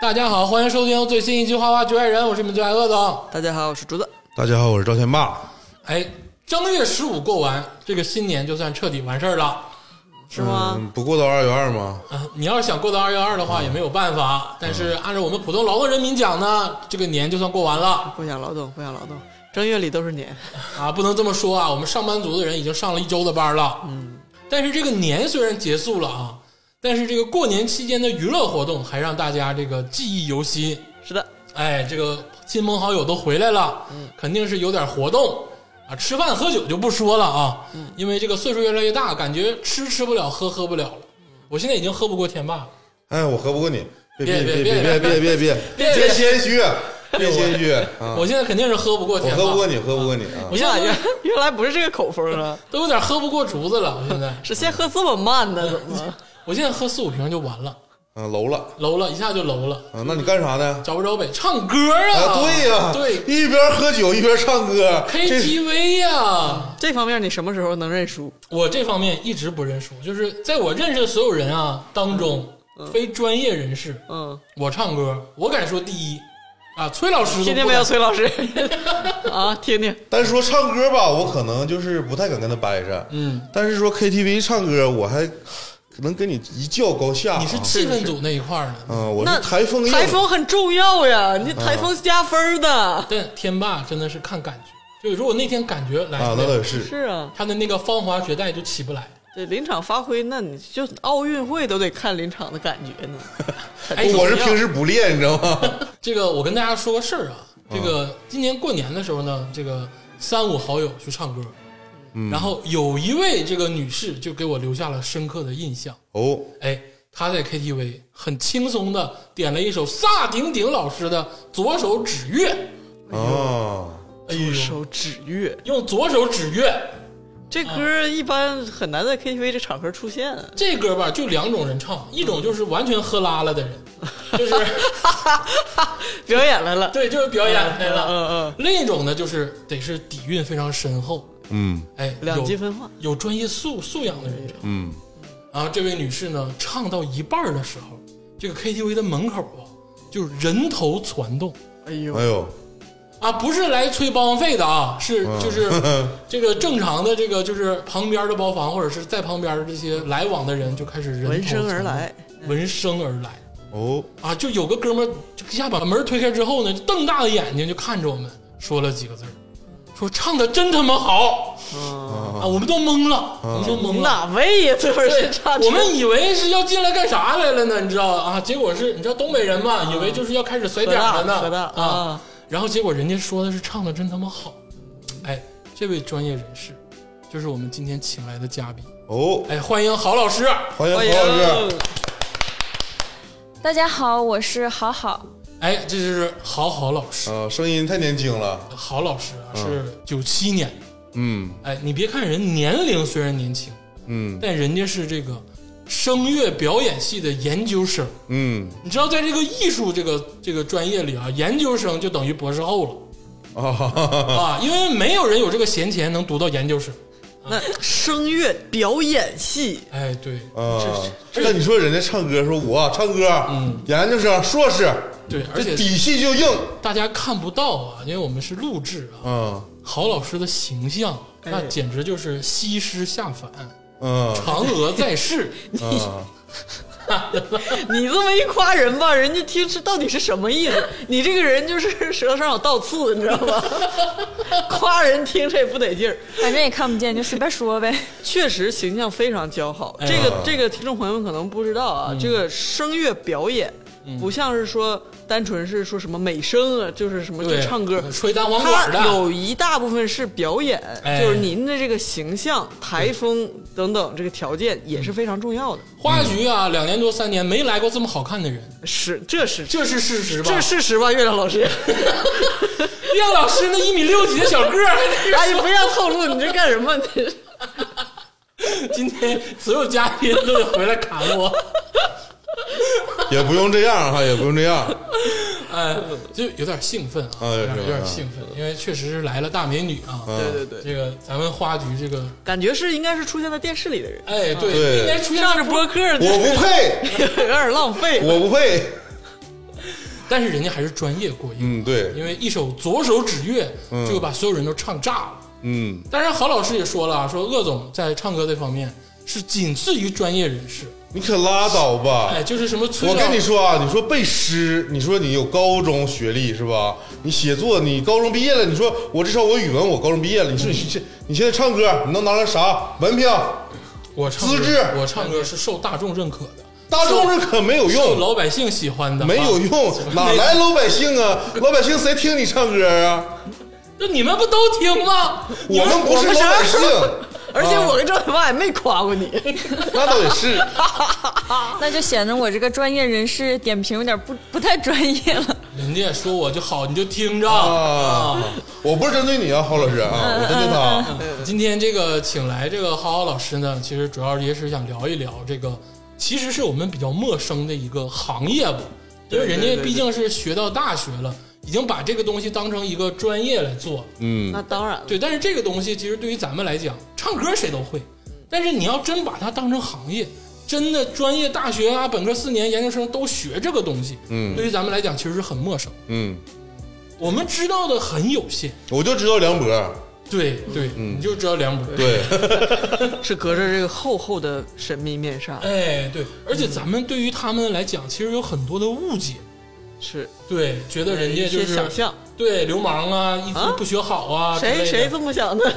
大家好，欢迎收听最新一期《花花局外人》，我是你们最爱恶总。大家好，我是竹子。大家好，我是赵天霸。哎，正月十五过完，这个新年就算彻底完事儿了。是吗？嗯，不过到二月二吗？啊，你要是想过到二月二的话，也没有办法。但是按照我们普通劳动人民讲呢，这个年就算过完了不想劳动，不想劳动，正月里都是年。啊，不能这么说啊。我们上班族的人已经上了一周的班了。嗯，但是这个年虽然结束了啊，但是这个过年期间的娱乐活动还让大家这个记忆犹新。 是的，哎，这个亲朋好友都回来了，嗯肯定是有点活动啊。吃饭喝酒就不说了啊，嗯因为这个岁数越来越大，感觉吃吃不了，喝喝不了了。嗯我现在已经喝不过天霸了，哎，我喝不过你，别别别别别别别别别别谦虚，啊别谦虚啊！我现在肯定是喝不过我天霸，喝不过你，喝不过你啊我！现呀，在原 原来不是这个口风啊，都有点喝不过竹子了。我现在，是先喝这么慢的，怎么？我现在喝四五瓶就完了，啊，楼了楼了一下就楼了，啊！那你干啥呢？找不着北，唱歌啊，啊，对呀、对一边喝酒一边唱歌，这，KTV 呀、这方面你什么时候能认输？我这方面一直不认输，就是在我认识的所有人啊当中，嗯非专业人士，嗯，我唱歌，我敢说第一啊！崔老师都不听敢见没有，崔老师？啊，听听， 但是说唱歌吧，我可能就是不太敢跟他掰扯，嗯，但是说 KTV 唱歌，我还能跟你一较高下、啊。你是气氛组那一块儿的，嗯、我那是台风硬台风很重要呀，你台风加分的。但天霸真的是看感觉，就如果那天感觉来啊，那不了倒也是是啊，他的那个芳华绝代就起不来。这临场发挥，那你就奥运会都得看临场的感觉呢。哎，我怎么是样平时不练，你知道吗？ 这个，我跟大家说个事儿啊，这个今年过年的时候呢，这个三五好友去唱歌，然后有一位这个女士就给我留下了深刻的印象。哦，哎，她在 KTV 很轻松的点了一首萨顶顶老师的《左手指月》，啊，哎呦，手指月，用左手指月。这歌一般很难在 KTV 这场合出现。这歌吧，就两种人唱，一种就是完全喝拉了的人，就是 表演来了，对，就是表演来了；嗯嗯，另一种呢，就是得是底蕴非常深厚，嗯哎，两极有分化。有专业素素养的人唱。嗯，然后这位女士呢，唱到一半儿的时候，这个 KTV 的门口啊，就人头攒动哎呦，哎呦，啊，不是来催包房费的啊，是就是这个正常的这个就是旁边的包房或者是在旁边的这些来往的人就开始人头闻声而攒动，来，闻声而来。哦，啊，就有个哥们儿就一下把门推开之后呢，就瞪大了眼睛就看着我们，说了几个字儿，说唱的真他妈好嗯，啊！我们都懵了，我们都懵了。哪位呀？这会儿对 是唱，我们以为是要进来干啥来了呢？你知道啊？结果是，你知道东北人嘛，以为就是要开始甩河点儿大了河呢嗯大啊。，然后结果人家说的是唱的真他妈好，哎，这位专业人士就是我们今天请来的嘉宾，哦，哎，欢迎郝老师。欢迎欢迎黄老师，大家好，我是好好。哎，这就是郝郝老师，啊，声音太年轻了，郝老师啊是九七年的嗯哎，你别看人年龄虽然年轻，嗯但人家是这个声乐表演系的研究生。嗯你知道，在这个艺术这个这个专业里啊，研究生就等于博士后啊哈哈哈，了啊，因为没有人有这个闲钱能读到研究生。那声乐表演系，哎，对啊，那你说人家唱歌，说我唱歌，嗯研究生、硕士，对，而这且底气就硬，大家看不到啊，因为我们是录制啊，啊郝老师的形象那哎简直就是西施下凡，嗯嫦娥在世。 啊，你这么一夸人吧，人家听是到底是什么意思？你这个人就是舌头上有倒刺，你知道吗？夸人听着也不得劲儿，反正也看不见，就随便说呗。确实形象非常姣好。哎嗯这个这个听众朋友们可能不知道啊，这个声乐表演不像是说单纯是说什么美声啊，就是什么嗯就对，唱歌，吹单簧管它的，有一大部分是表演，哎就是您的这个形象、台风等等这个条件也是非常重要的。花局啊，两年多三年没来过这么好看的人，是，这是这是事实吧？这事实吧，月亮老师？亮老师那一米六几的小个儿， 哎，你不要透露，你这干什么？你今天所有嘉宾都得回来砍我。也不用这样哈，也不用这样，哎，就有点兴奋啊，嗯啊有点是吧嗯有点兴奋，因为确实是来了大美女啊。对对对，这个咱们花局这个，感觉是应该是出现在电视里的人，哎，对应该出现上在 着播客我就不配，有点浪费。我不配，但是人家还是专业过硬，嗯，对，因为一首《左手指月》就把所有人都唱炸了。嗯，当然，郝老师也说了啊，说鄂总在唱歌这方面是仅次于专业人士，你可拉倒吧哎，！就是什么崔啊我跟老你说啊，你说背诗，你说你有高中学历是吧？你写作，你高中毕业了，你说我至少我语文我高中毕业了，你说你现你现在唱歌，你能拿来啥门票？我唱歌资质我唱歌是受大众认可的，大众认可没有受用，老百姓喜欢的，没有啊。 用，哪来老百姓啊？老百姓谁听你唱歌啊？那你们不都听吗？你我们不是我们老啥百姓，而且我跟赵小曼也没夸过你， 那倒也是。那就显得我这个专业人士点评有点不不太专业了。人家说我就好，你就听着啊。我不是针对你啊，郝老师啊，我针对他。今天这个请来这个浩浩老师呢，其实主要也是想聊一聊这个，其实是我们比较陌生的一个行业吧，因为对人家对对毕竟是学到大学了，已经把这个东西当成一个专业来做。嗯，那当然了，对，但是这个东西其实对于咱们来讲，唱歌谁都会，但是你要真把它当成行业，真的专业大学啊，本科四年、研究生都学这个东西，嗯对于咱们来讲其实是很陌生，嗯，我们知道的很有限。我就知道梁博，对对，嗯你就知道梁博。对，是隔着这个厚厚的神秘面纱，哎，对，而嗯且咱们对于他们来讲，其实有很多的误解，是对，觉得人家就一些是想象，对流氓啊，一直啊不学好啊，谁之谁类的这么想的？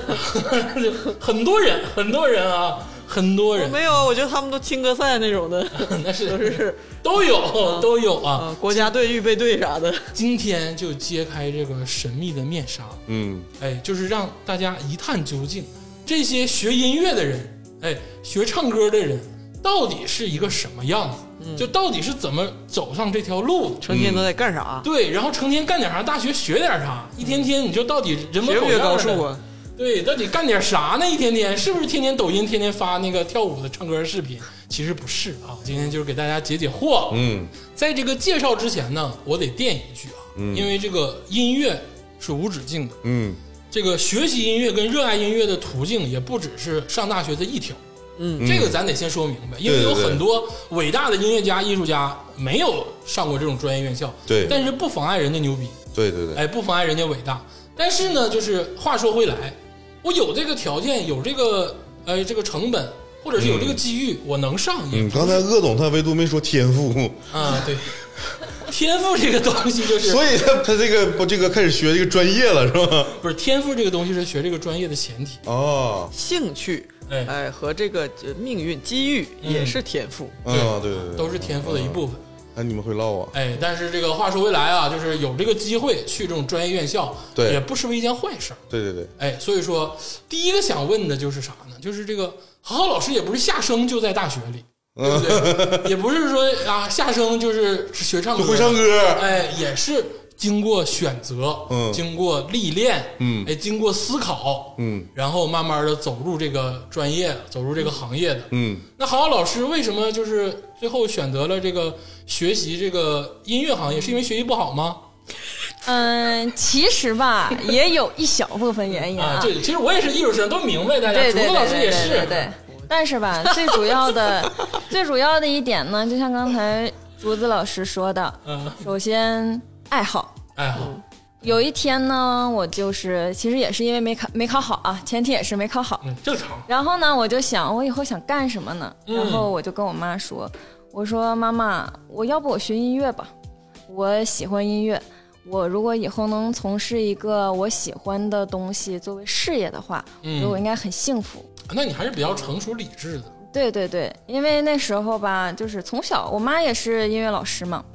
很多人，很多人啊，很多我人， 没有，我觉得他们都青歌赛那种的，那是都是 都有都有啊。啊，国家队、预备队啥的，今天就揭开这个神秘的面纱，嗯哎，就是让大家一探究竟，这些学音乐的人，哎，学唱歌的人，到底是一个什么样嗯子？就到底是怎么走上这条路的？成天都在干啥？对，然后成天干点啥，大学学点啥，一天天你就到底人模学狗不样学高的数啊？对，到底干点啥呢？一天天是不是天天抖音天天发那个跳舞的、唱歌的视频？其实不是啊，今天就是给大家解解惑。嗯在这个介绍之前呢，我得垫一句啊，因为这个音乐是无止境的，嗯这个学习音乐跟热爱音乐的途径也不只是上大学的一条。嗯，这个咱得先说明白，因为嗯对对有对很多伟大的音乐家、艺术家没有上过这种专业院校，对但是不妨碍人家牛逼。对对对，哎，不妨碍人家伟大。但是呢，就是话说回来，我有这个条件，有这个呃这个成本，或者是有这个机遇，我能上也嗯，刚才鄂总他唯独没说天赋，啊，对，天赋这个东西就是，嗯所以他他这个不这个开始学这个专业了是吧？ 不是天赋这个东西是学这个专业的前提。哦，兴趣，哎哎，和这个呃命运、机遇也是天赋。啊，对对对，都是天赋的一部分，哎，你们会唠啊？哎，但是这个话说回来啊，就是有这个机会去这种专业院校，对也不失为一件坏事儿，对对对，哎，所以说第一个想问的就是啥呢？就是这个郝好老师也不是下生就在大学里，对不对？也不是说啊下生就是学唱歌，嗯就会唱，歌，哎，也是经过选择，嗯经过历练，嗯哎，经过思考，嗯然后慢慢的走入这个专业，走入这个行业的。嗯那郝好老师为什么就是最后选择了这个学习这个音乐行业？是因为学习不好吗？嗯，其实吧，也有一小部分原因啊，对，其实我也是艺术生，都明白大家，对竹子对老对师也对是，对对。但是吧，最主 要的、最主要的一点呢，就像刚才竹子老师说的，嗯，首先爱好。爱哎好。有一天呢，我就是其实也是因为没考没考好啊，前提也是没考好。嗯，正常。然后呢，我就想我以后想干什么呢？嗯然后我就跟我妈说，我说妈妈，我要不我学音乐吧，我喜欢音乐。我如果以后能从事一个我喜欢的东西作为事业的话，我觉得嗯，我应该很幸福。那你还是比较成熟理智的对对对，因为那时候吧，就是从小我妈也是音乐老师嘛，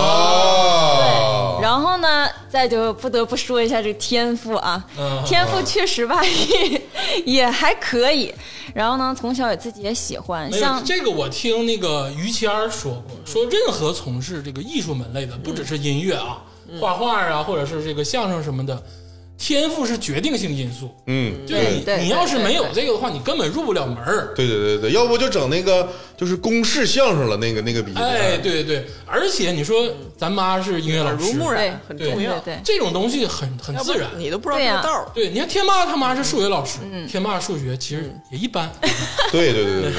哦啊，然后呢，再就不得不说一下这个天赋啊，嗯天赋确实吧也也还可以。然后呢，从小也自己也喜欢，没有像这个，我听那个于谦儿说过，说任何从事这个艺术门类的，不只是音乐啊，画画啊，或者是这个相声什么的，天赋是决定性因素。嗯，就是对你对你要是对没对有这个的话，你根本入不了门儿。对对对对，要不就整那个就是公式相声了，那个那个比赛，啊哎，对对对，而且你说咱妈是音乐耳老濡师，目染对很对重要对，对，这种东西很很要不自然。你都不知道这个道儿。对，你看天霸他妈是数学老师，天霸数学其实也一般，对对对对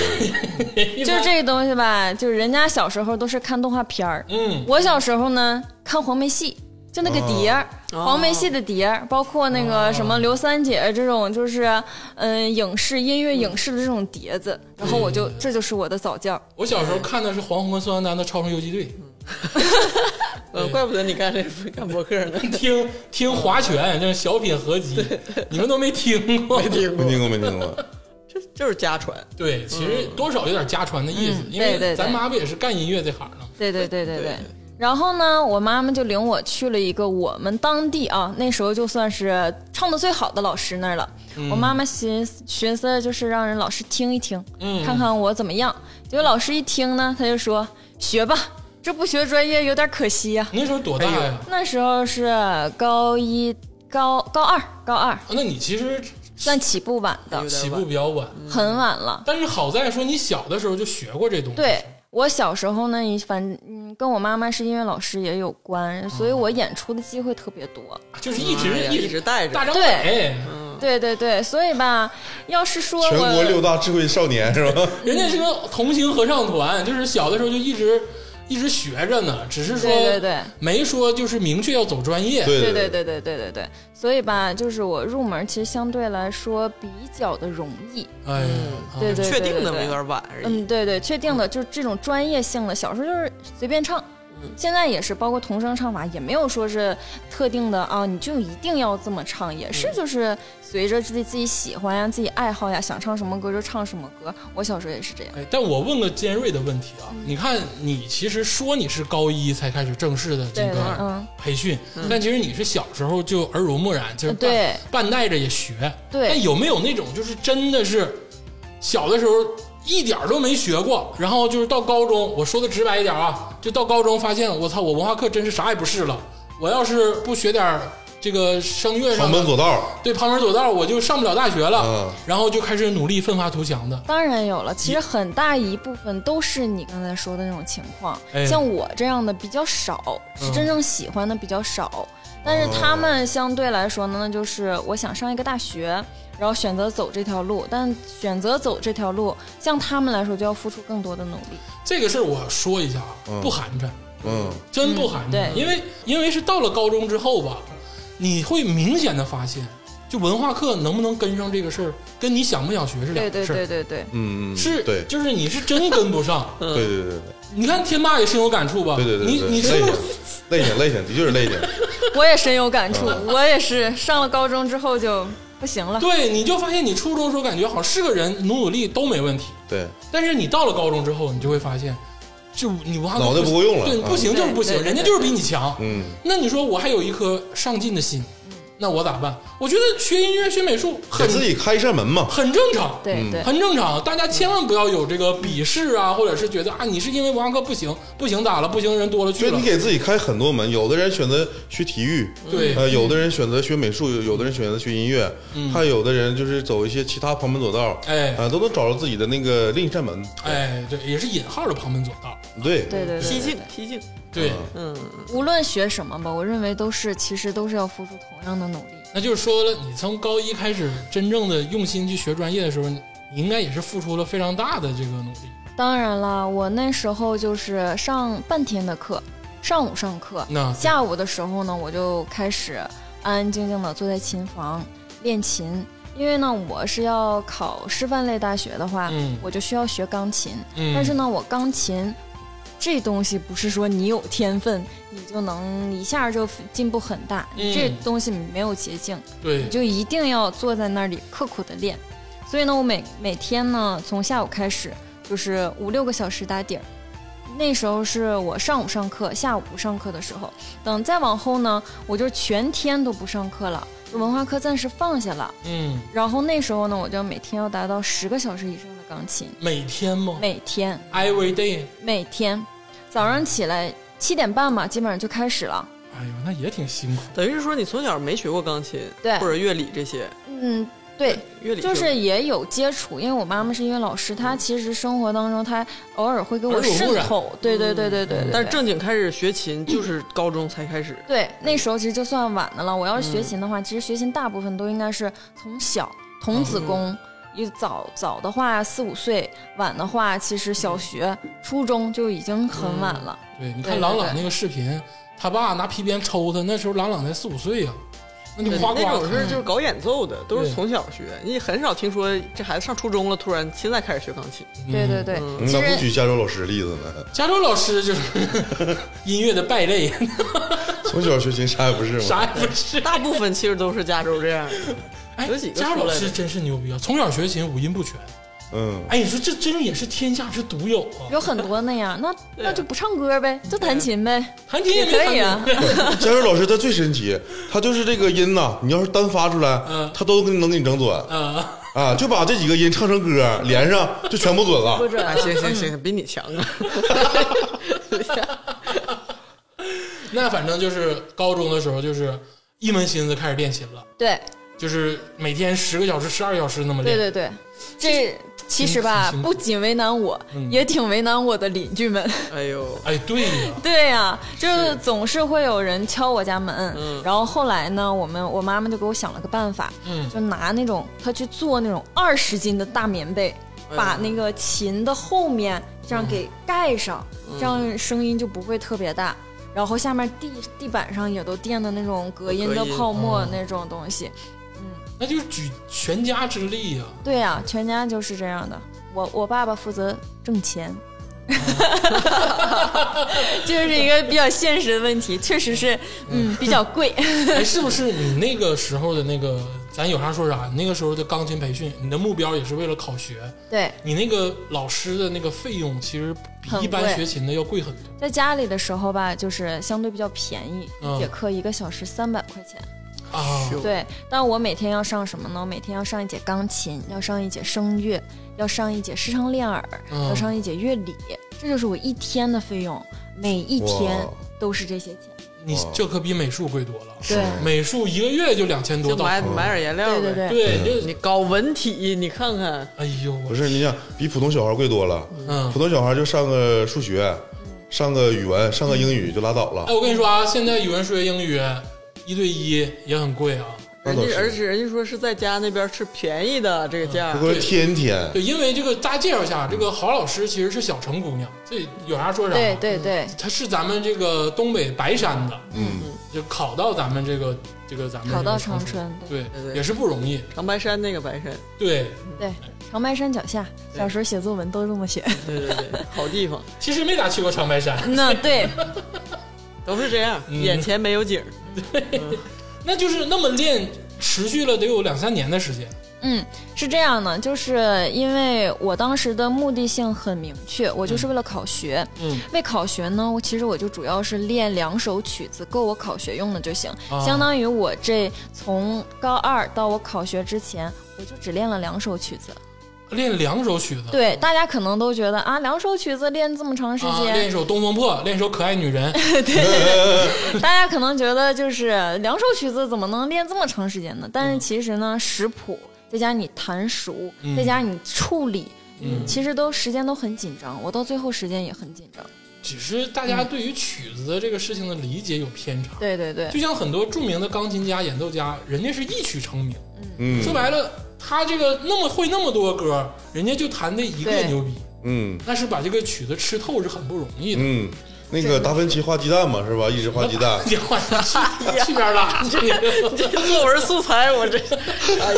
对对，一就般这个东西吧，就是人家小时候都是看动画片儿，嗯我小时候呢看黄梅戏，就那个碟儿，哦黄梅戏的碟儿，包括那个什么刘三姐这种，就是嗯、影视音乐影视的这种碟子，然后我就这就是我的早教，我小时候看的是黄宏跟宋丹丹的《超生游击队呃，怪不得你干这 干博客 呢，》，听听划拳，这小品合集，你们都没听过。听没听过没听过，这就是家传。对，其实多少有点家传的意思，嗯因对对为对咱妈不也是干音乐这行的吗？对对对对对对。然后呢，我妈妈就领我去了一个我们当地啊，那时候就算是唱的最好的老师那儿了。我妈妈寻思寻思就是让人老师听一听，嗯看看我怎么样。结果老师一听呢，他就说：“学吧，这不学专业有点可惜呀、你那时候多大呀？那时候是高一、高高二、高二，啊那你其实算起步晚嗯的有，点起晚步比较晚，很晚了。但是好在说你小的时候就学过这东西。对我小时候呢，反嗯跟我妈妈是音乐老师也有关，所以我演出的机会特别多。就是一嗯直哎哎呀一直带着大张伟，对对对，所以吧，要是说全国六我大智慧少年是吧？人家是个童星合唱团，就是小的时候就一直一直学着呢，只是说对对对没说就是明确要走专业。对对对对对对对对对，所以吧，就是我入门其实相对来说比较的容易。哎呀，啊嗯对对确定的对对有点晚而已。嗯，对对，确定的就是这种专业性的，小时候就是随便唱。嗯现在也是，包括童声唱法，也没有说是特定的啊，你就一定要这么唱，也嗯是就是随着自己自己喜欢呀、自己爱好呀，想唱什么歌就唱什么歌。我小时候也是这样，哎，但我问个尖锐的问题啊，嗯你看你其实说你是高一才开始正式的这对个嗯培训，但其实你是小时候就耳濡目染，就是半对半带着也学。对但有没有那种就是真的是小的时候一点儿都没学过，然后就是到高中，我说的直白一点啊，就到高中发现我操，我文化课真是啥也不是了。我要是不学点儿这个声乐旁上门的，左道，对旁门左道，我就上不了大学了。嗯然后就开始努力奋发图强的。当然有了，其实很大一部分都是你刚才说的那种情况，哎嗯像我这样的比较少，是真正喜欢的比较少。但哦是他们相对来说呢，那就是我想上一个大学，然后选择走这条路，但选择走这条路，像他们来说就要付出更多的努力。这个事儿我说一下啊，嗯不寒碜。嗯，真不寒碜、嗯对因为因为是到了高中之后吧，你会明显的发现，就文化课能不能跟上这个事儿，跟你想不想学是两对回对事儿。对对对，嗯嗯，是，对，就是你是真跟不 上。对对对对你看天霸也深有感触吧？对对对，你对你是累不是挺累挺累挺，的确是累挺，我也深有感触，嗯我也是上了高中之后就不行了。对你就发现你初中时候感觉好像是个人努努力都没问题，对，但是你到了高中之后，你就会发现，就你文化课脑袋不够用了对，嗯不行就是不对行，对对人家就是比你强。嗯，那你说我还有一颗上进的心，嗯那我咋办？我觉得学音乐、学美术给很自己开一扇门嘛，很正常，对对，很正常。大家千万不要有这个鄙视啊，或者是觉得啊，你是因为文化课不行，不行咋了？不行人多了去就了你。给自己开很多门，有的人选择学体育，对嗯呃，有的人选择学美术，有有的人选择学音乐，还有的人就是走一些其他旁门左道，哎啊，都能找到自己的那个另一扇门，哎，对，也是引号的旁门左道。对，对对提对对进，提进，对，嗯，无论学什么吧，我认为都是其实都是要付出同样的努力。那就是说了，你从高一开始真正的用心去学专业的时候，你应该也是付出了非常大的这个努力。当然了，我那时候就是上半天的课，上午上课，那下午的时候呢，我就开始安安静静的坐在琴房练琴，因为呢，我是要考师范类大学的话，嗯我就需要学钢琴，嗯，但是呢，我钢琴。这东西不是说你有天分，你就能一下就进步很大。嗯这东西没有捷径，对你，就一定要坐在那里刻苦的练。所以呢，我每每天呢，从下午开始就是五六个小时打底儿。那时候是我上午上课，下午不上课的时候。等再往后呢，我就全天都不上课了，就文化课暂时放下了。嗯，然后那时候呢，我就每天要达到十个小时以上的钢琴，每天吗每天？Every day，每天，早上起来七点半吧，基本上就开始了。哎呦，那也挺辛苦。等于是说你从小没学过钢琴，对或者乐理这些，嗯，对，乐理就是也有接触，因为我妈妈是音乐老师，她其实生活当中她偶尔会给耳我濡目渗染透，对对对对对嗯对。但对嗯是正经开始学琴就是高中才开始，对那时候其实就算晚的了。我要是学琴的话，其实学琴大部分都应该是从小童子功，一早早的话四五岁，晚的话其实小学、初中就已经很晚了。对，你对看对朗朗对那个视频，他爸拿皮鞭抽他，那时候朗朗才四五岁呀、那就对夸夸那种是就是搞演奏的，都是对从小学，你很少听说这孩子上初中了，突然现在开始学钢琴。对对对，其嗯那不实举加州老师的例子呢？加州老师就是 音乐的败类，从小学 琴啥也不是嘛。啥 也不是。大部分其实都是加州这样的，哎有几，个加州出老来的师真是牛逼啊！从小学琴五音不全，嗯，哎，你说这真也是天下之独有啊！有很多那样，那对那就不唱歌呗，就弹琴呗，弹琴也也没弹可以啊过。加州老师他最神奇，他就是这个音呐、你要是单发出来，嗯他都给你能给你整准啊，啊，就把这几个音唱成歌连上，就全部准不了。准啊，行行嗯行，比你强 啊！ 那反正就是高中的时候，就是一门心思开始练琴了，对就是每天十个小时、十二小时那么对练。对对，这其实吧挺辛，苦不仅为难我，也挺为难我的邻居们。 哎呦，哎，对呀、对呀、就是总是会有人敲我家门，嗯然后后来呢，我们我妈妈就给我想了个办法，嗯就拿那种她去做那种二十斤的大棉被，哎呦把那个琴的后面这样给盖上，这样声音就不会特别大。然后下面地地板上也都垫的那种隔音的隔音泡沫嗯那种东西。那就是举全家之力啊呀、对呀、全家就是这样的。我我爸爸负责挣钱， 就是一个比较现实的问题，确实是，嗯，比较贵。 哎，是不是你那个时候的那个，咱有啥说啥？你那个时候的钢琴培训，你的目标也是为了考学，对，你那个老师的那个费用其实比很一般贵学琴的要贵很多。在家里的时候吧，就是相对比较便宜，嗯一节课一个小时三百块钱。啊，咻对，但我每天要上什么呢？我每天要上一节钢琴，要上一节声乐，要上一节师唱练耳，嗯要上一节乐理，这就是我一天的费用，每一天哇都是这些钱。你这可比美术贵多了。对美术一个月就两千多就刀，买买点颜料呗。对对对，对，就你搞文体，你看看，哎呦，嗯不是，你想比普通小孩贵多了，嗯普，通小孩就上个数学，上个语文，上个英语就拉倒了嗯哎，。我跟你说啊，现在语文、数学、英语一对一也很贵啊。那人倒家而是，嗯且人家说是在家那边是便宜的这个价不，过天天对，因为这个大家介绍一下，这个郝老师其实是小城姑娘，这有啥说啥。对对对，她是咱们这个东北白山的，嗯，就考到咱们这个这个咱们考到长长春，对对对，对也是不容易。长白山那个白山，对，对，长白山脚下，小时候写作文都这 么写。对对对，好地方其实没咋去过长白山，那对，都是这样，嗯眼前没 有景儿。那就是那么练，持续了得有两三年的时间。嗯，是这样的，就是因为我当时的目的性很明确，我就是为了考学。嗯，为考学呢，我其实我就主要是练两首曲子，够我考学用的就行。啊相当于我这从高二到我考学之前，我就只练了两首曲啊子。练两首曲子，对，大家可能都觉得啊，两首曲子练这么长时啊，练间，一首《东风破》，练一首《可爱女人》 大家可能觉得就是两首曲子怎么能练这么长时间呢？但是嗯其实呢，识谱再加你弹熟，再加你处理。嗯其实都时间都很紧张，我到最后时间也很紧张。只是大嗯家对于曲子的这个事情的理解有偏差。对对对，就像很多著名的钢琴家、演奏家，人家是一曲成名。嗯说白了，他这个那么会那么多歌，人家就弹的一个对牛逼，嗯但是把这个曲子吃透是很不容易的。，嗯，那个达芬奇画鸡蛋嘛是吧？一直画鸡蛋 你换去 去边儿拉去！这作文素材， 我这哎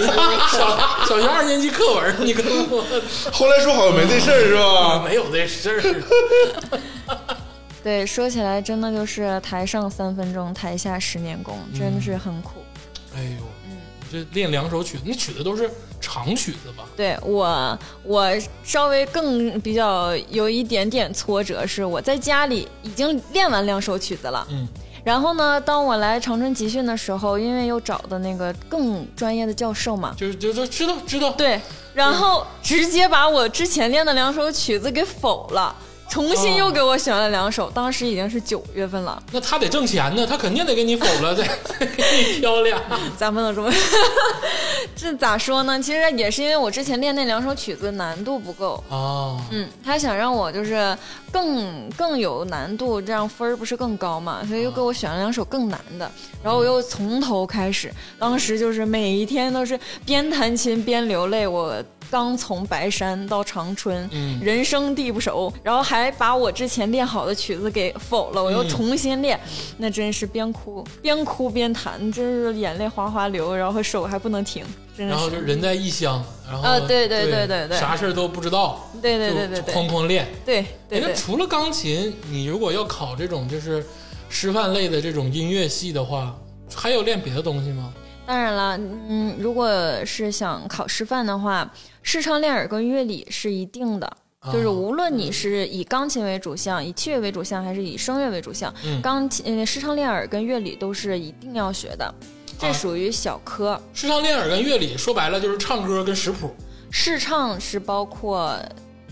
小小学二年级课文， 你跟我后来说好像没这事儿是吧？啊没有这事儿。对，说起来真的就是台上三分钟，台下十年功，真是很苦。 哎呦，嗯这练两首曲子，那曲子都是长曲子吧？对我，我稍微更比较有一点点挫折，是我在家里已经练完两首曲子了，嗯，然后呢，当我来长春集训的时候，因为又找的那个更专业的教授嘛，就是就是知道知道，对，然后直接把我之前练的两首曲子给否了。重新又给我选了两首，当时已经是九月份了，那他得挣钱呢，他肯定得给你否 了，再 再给你挑俩。咱不能这么， 这咋说呢？其实也是因为我之前练那两首曲子难度不够，啊，嗯，他想让我就是更更有难度，这样分儿不是更高嘛，所以又给我选了两首更难的，然后我又从头开始，当时就是每一天都是边弹琴边流泪，我。刚从白山到长春，嗯人生地不熟，然后还把我之前练好的曲子给否了，我又嗯重新练，那真是边哭边哭边弹，真是眼泪哗哗流，然后手还不能停，真的然后是就，人在异乡，然后啊对对对对对对啥事儿都不知道，对对对对就对哐哐练。对对哎那对，除了钢琴，你如果要考这种就是师范类的这种音乐系的话，还有练别的东西吗？当然了，嗯，如果是想考师范的话，视唱练耳跟乐理是一定的。啊就是无论你是以钢琴为主项、以器乐为主项，还是以声乐为主项，嗯钢琴、呃视唱练耳跟乐理都是一定要学的，啊这属于小科。视唱练耳跟乐理，说白了就是唱歌跟食谱。视唱是包括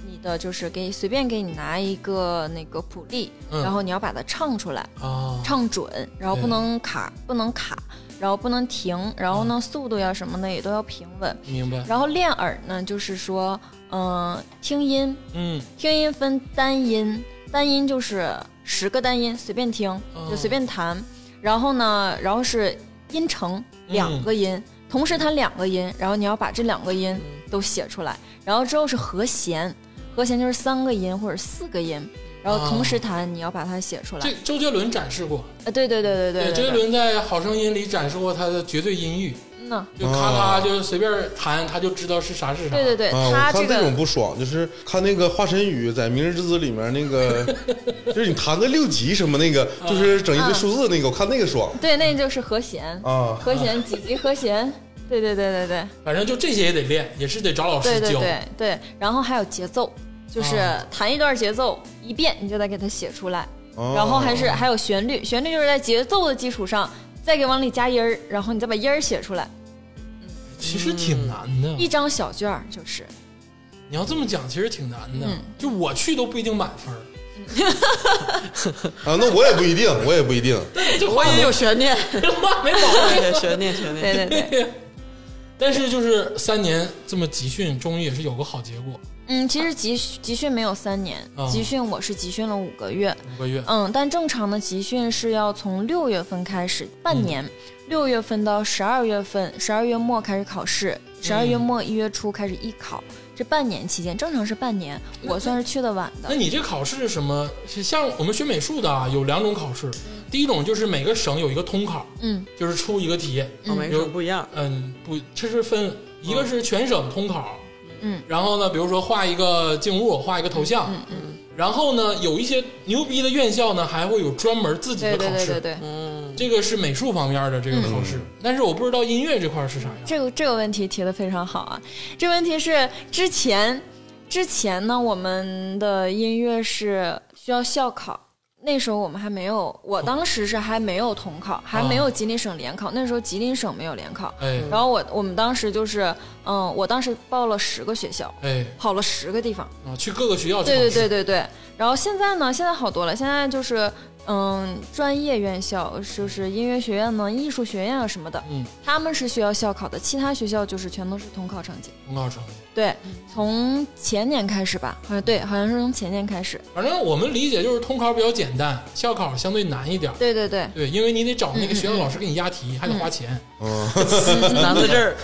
你的，就是给随便给你拿一个那个谱例，嗯然后你要把它唱出来，啊，唱准，然后不能卡，不能卡，然后不能停，然后呢哦速度呀什么的也都要平稳。明白。然后练耳呢，就是说，嗯、听音，嗯，听音分单音，单音就是十个单音随便听，哦就随便弹。然后呢，然后是音程两个嗯音，同时弹两个音，然后你要把这两个音都写出来。然后之后是和弦，和弦就是三个音或者四个音，然后同时弹，你要把它写出来。哦这周杰伦展示过，呃，对对对对对周杰对对，伦在《好声音》里展示过他的绝对音域，嗯呐，就咔咔啊就随便弹，他就知道是啥是啥。对对对，啊，我嗯他看这这种个不爽，就是看那个华晨宇在《明日之子》里面那 个，就是你弹个六级什么那个，嗯就是整一堆数字那个，我看那个爽对，那就是和弦，啊。和弦几级和弦，对对对对对。反正就这些也得练，也是得找老师对对教。对对，然后还有节奏，就是啊弹一段节奏一遍，你就得给它写出来。哦嗯然后还是还有旋律，旋律就是在节奏的基础上再给往里加音儿，然后你再把音儿写出来。其实挺难的。嗯一张小卷儿就是，你要这么讲，其实挺难的。嗯就我去都不一定满分儿，啊，那我也不一定，我也不一定。这我话也没有悬 念，这话没毛病。悬念悬对念。对 对，但是就是三年这么集训，终于也是有个好结果，嗯，其实集集训没有三年啊，集训我是集训了五个月，五个月。嗯，但正常的集训是要从六月份开始，半嗯年，六、月份到十二月份，十二月末开始考试，十二月嗯末一月初开始艺考，这半年期间正常是半年，我算是去的晚那的。你这考试是什么？像我们学美术的啊，有两种考试，第一种就是每个省有一个通考，嗯，就是出一个题，我哦没说不一样，嗯，不，这是分一个是全省通考，嗯，然后呢，比如说画一个静物，画一个头像，嗯嗯，然后呢，有一些牛逼的院校呢，还会有专门自己对的对考对试，对嗯对， 嗯，这个是美术方面的这个考试，但是我不知道音乐这块是啥样。这个这个问题提的非常好啊，这问题是之前之前呢，我们的音乐是需要校考。那时候我们还没有，我当时是还没有统考，还哦没有吉林省联考。那时候吉林省没有联考，哎然后我我们当时就是，嗯，我当时报了十个学校，哎跑了十个地方。啊，去各个学校去对考对试。对对对。然后现在呢，现在好多了，现在就是。嗯，专业院校就是音乐学院呢、艺术学院啊什么的，嗯，他们是需要校考的，其他学校就是全都是统考成绩。通考成绩。对，嗯从前年开始吧，好像对，好像是从前年开始。反正我们理解就是通考比较简单，校考相对难一点儿。对 对对，对，因为你得找嗯那个学校老师给你押题，还得花钱。难在这儿，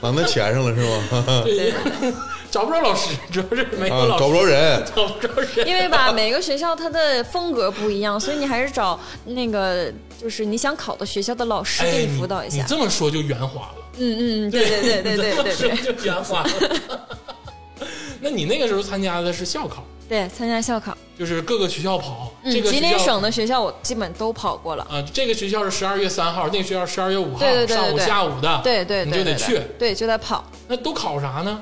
啊，那钱上了是吗？ 对， 找不着老师，主要是没有啊，老找师，不着人。找不着人。因为吧，每个学校它的风格不一样，所以你还是找那个就是你想考的学校的老师哎给你辅导一你下。这么说就圆滑了。嗯嗯，对对对 对对对对你这么说就圆滑了。 那你那个时候参加的是校考，对，参加校考。就是各个学校跑。嗯，这个吉林学校省的学校我基本都跑过了。啊，这个学校是十二月三号，那个学校十二月五号，对对对对上午、对下午的，对对对，你就得对去。，对，就得跑。那都考啥呢？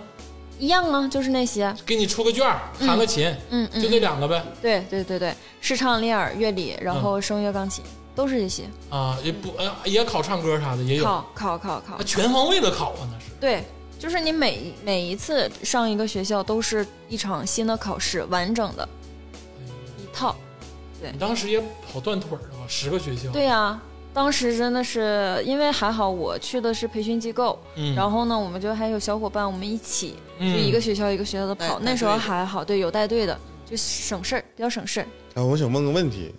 一样啊，就是那些，给你出个卷儿，弹个琴，嗯嗯，就那两个呗。对对对对，视唱、练耳、乐理，然后声嗯乐、钢琴，都是这些。啊，也不呃也考唱歌啥的也有，考考考考那，全方位的考啊，那是对，就是你每每一次上一个学校都是一场新的考试，完整的，嗯一套。你当时也跑断腿儿了吧？十个学校，对呀、当时真的是因为还好我去的是培训机构，嗯，然后呢，我们就还有小伙伴，我们一起就嗯一个学校一个学校的带跑。带那时候队的还好，对，有带队的，就省事儿，比较省事儿。啊，我想问个问题，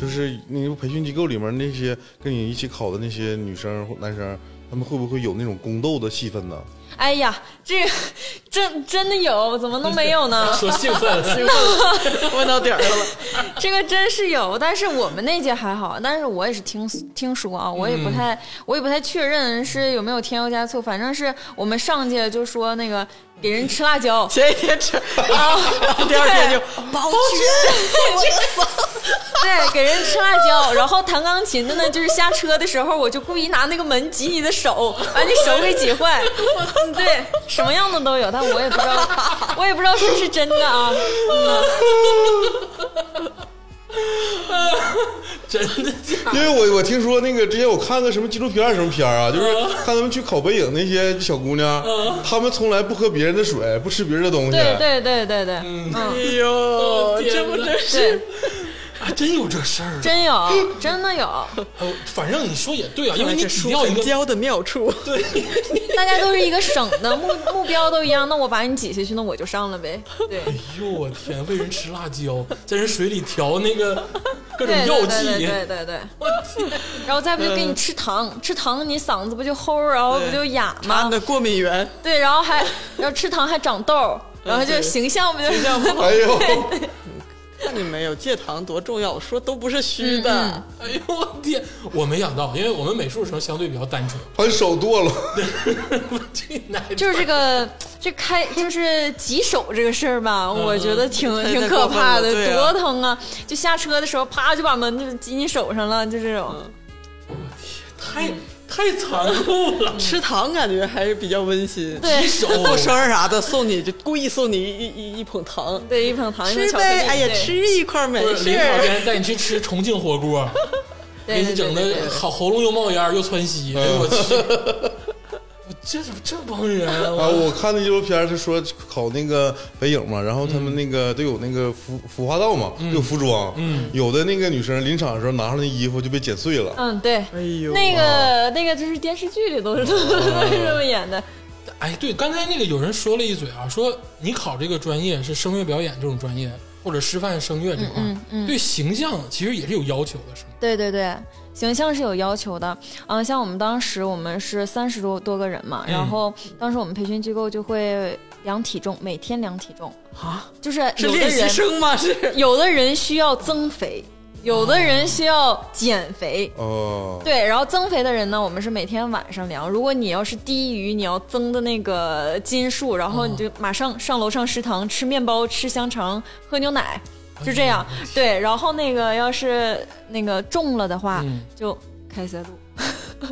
就是那个培训机构里面那些跟你一起考的那些女生或男生，他们会不会有那种宫斗的气氛呢？哎呀，这个 真真的有，怎么能没 有呢？说兴奋 了，问到点儿上了，，这个真是有，但是我们那届还好，但是我也是听听说啊，我也不太、我也不太确认是有没有添油加醋，反正是我们上届就说那个给人吃辣椒前一天吃，啊， 第二天就包军， 对，给人吃辣椒，然后弹钢琴的呢，就是下车的时候，我就故意拿那个门挤你的手，把你手给挤坏，嗯对，什么样的都有，但我也不知道，我也不知道是不是真的啊，真的假的？因为我我听说那个之前我看个什么纪录片儿什么片儿啊，就是看他们去考北影那些小姑娘，她们从来不喝别人的水，不吃别人的东西。对对对对对，嗯哎呦，哦天这不哪真是对，还真有这事儿啊！真有，真的有。哎呦反正你说也对啊，因为你这只书要一很个教的妙处，大家都是一个省的目目标都一样，那我把你挤下去，那我就上了呗。对，哎呦我天，喂人吃辣椒， 在人水里调那个各种对药对对剂，对对对。 然后再不就嗯给你吃糖，吃糖你嗓子不就齁，然后不就哑妈吗？的过敏源，对，然后还然后吃糖还长痘，然后就形象不就嗯形象不好哎呦，看见没有，戒糖多重要，说都不是虚的，哎呦我天，我没想到，因为我们美术生相对比较单纯， 把手剁了。这奶 就是这个这开就是挤手这个事儿吧，我觉得挺嗯太挺可怕的太过分，了多疼啊！就下车的时候，啪就把门就挤你手上了，就这种。嗯太太残酷了，吃糖感觉还是比较温馨。 对一手过生日啥的送你，就故意送你一一一一捧糖，对，一捧糖一吃捧巧克力呗，，哎呀，对吃一块儿没不是临事场儿。边带你去吃重庆火锅， 对给你对对整对对的好喉咙又冒烟儿又窜稀，哎呦我去！我这这帮人啊，啊，我看那纪录片儿是说考那个北影嘛，然后他们那个都有那个服服化道嘛，有服装，嗯，有的那个女生临场的时候拿上那衣服就被剪碎了。嗯，对，哎呦，嗯那个那个就是电视剧里都是都是 这么演的，哎，对，刚才那个有人说了一嘴啊，说你考这个专业是声乐表演这种专业，或者师范声乐这块儿，嗯嗯嗯对形象其实也是有要求的，是吗？对对对，形象是有要求的。嗯、像我们当时我们是三十多多个人嘛，嗯然后当时我们培训机构就会量体重，每天量体重，啊，就是是有的练习人生吗？是有的人需要增肥，有的人需要减肥。哦、对，然后增肥的人呢，我们是每天晚上量。如果你要是低于你要增的那个斤数，然后你就马上上楼上食堂吃面包、吃香肠、喝牛奶，就这样。对，然后那个要是那个重了的话，嗯就开塞露。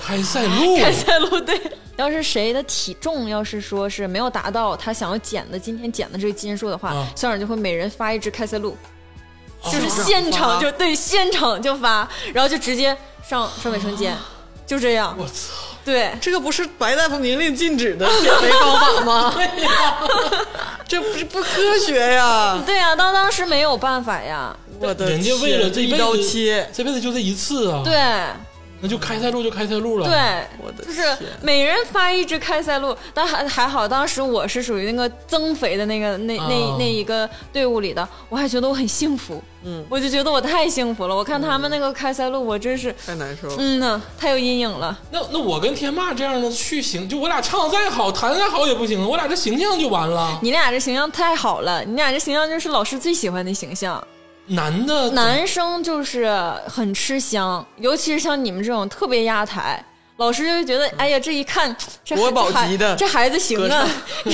开塞露，啊开塞露对。 要是谁的体重要是说是没有达到他想要减的今天减的这个斤数的话，啊校长就会每人发一支开塞露，啊就是现场发就对现场就发，然后就直接上上卫生间，就这样。我操！对， 这个不是白大夫明令禁止的减肥方法吗？ 这不是不科学 呀！对呀、当当时没有办法呀。我的人家为了这天辈子一刀切，这辈子就这一次啊，对，那就开塞露就开塞露了，，对我的，就是天每人发一支开塞露，但还还好，当时我是属于那个增肥的那个那哦那那一个队伍里的，我还觉得我很幸福，嗯，我就觉得我太幸福了。我看他们那个开塞露，我真是，太难受了。嗯呐，太有阴影了。那那我跟天霸这样的去行，就我俩唱得再好，弹得再好也不行，我俩这形象就完了。你俩这形象太好了，你俩这形象就是老师最喜欢的形象。男嗯的男生就是很吃香，尤其是像你们这种特别压台，老师就会觉得，哎呀，这一看，这孩国宝这孩嗯级的这孩子行啊，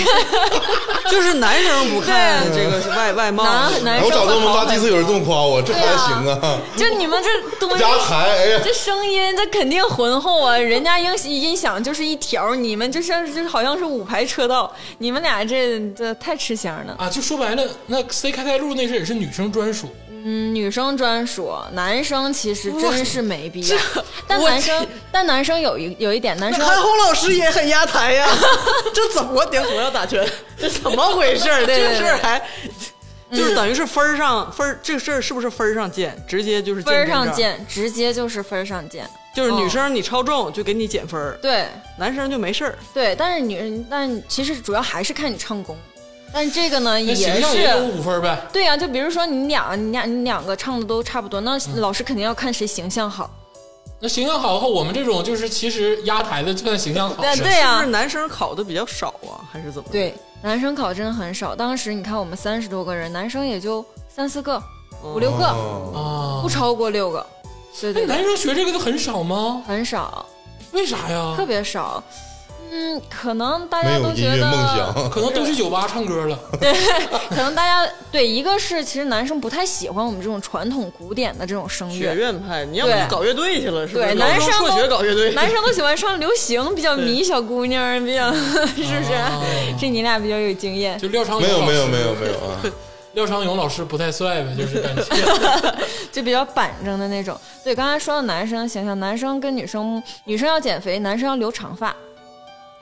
就是男生不看对这个是外外貌，男 男然后生长这哎会么好大，第一很次有人这么夸我，这还对啊行啊，就你们这东西压，台，哎呀，这声音这肯定浑厚啊！人家音音响就是一条，你们就像就好像是五排车道，你们俩这这太吃香了。啊，就说白了，那 C 开塞露那是也是女生专属，嗯，女生专属，男生其实真是没必要。 但我男生，但男生有一有一点，男生韩红老师也很压台呀，这怎么点火药打拳？这怎么回事儿？对对这事儿还就是等于是分儿上分儿，这事儿是不是分儿上见？直接就是见分儿上真章，见，直接就是分儿上见。就是女嗯生你超重就给你减分儿，对男生就没事儿。对，但是女人，但其实主要还是看你唱功。但这个呢，那也形象也有是五分呗。对呀、啊就比如说你俩，你俩，你两个唱的都差不多，那老师肯定要看谁形象好。那形象好后，我们这种就是其实压台的，就算形象好，对是对呀、是不是男生考的比较少啊，还是怎么？对，男生考真的很少。当时你看我们三十多个人，男生也就三四个、五六个，哦啊不。超过六个。那对对对，男生学这个的很少吗？很少，为啥呀特？别少。嗯，可能大没家有都音觉乐得梦想，可能都去酒吧唱歌了。 可能大家对一个是其实男生不太喜欢我们这种传统古典的这种声学乐，院派，你要不就对搞乐队去了，是不是？对男生辍学搞乐队，男生都喜欢上流行，比较迷小姑娘，比哦较 是不是？啊这你俩比较有经验。就廖昌没永有老师没有没有没有啊！廖昌永老师不太帅呗，就是感觉 就比较板正的那种。对，刚才说到男生形象，男生跟女生，女生要减肥，男生要留长发。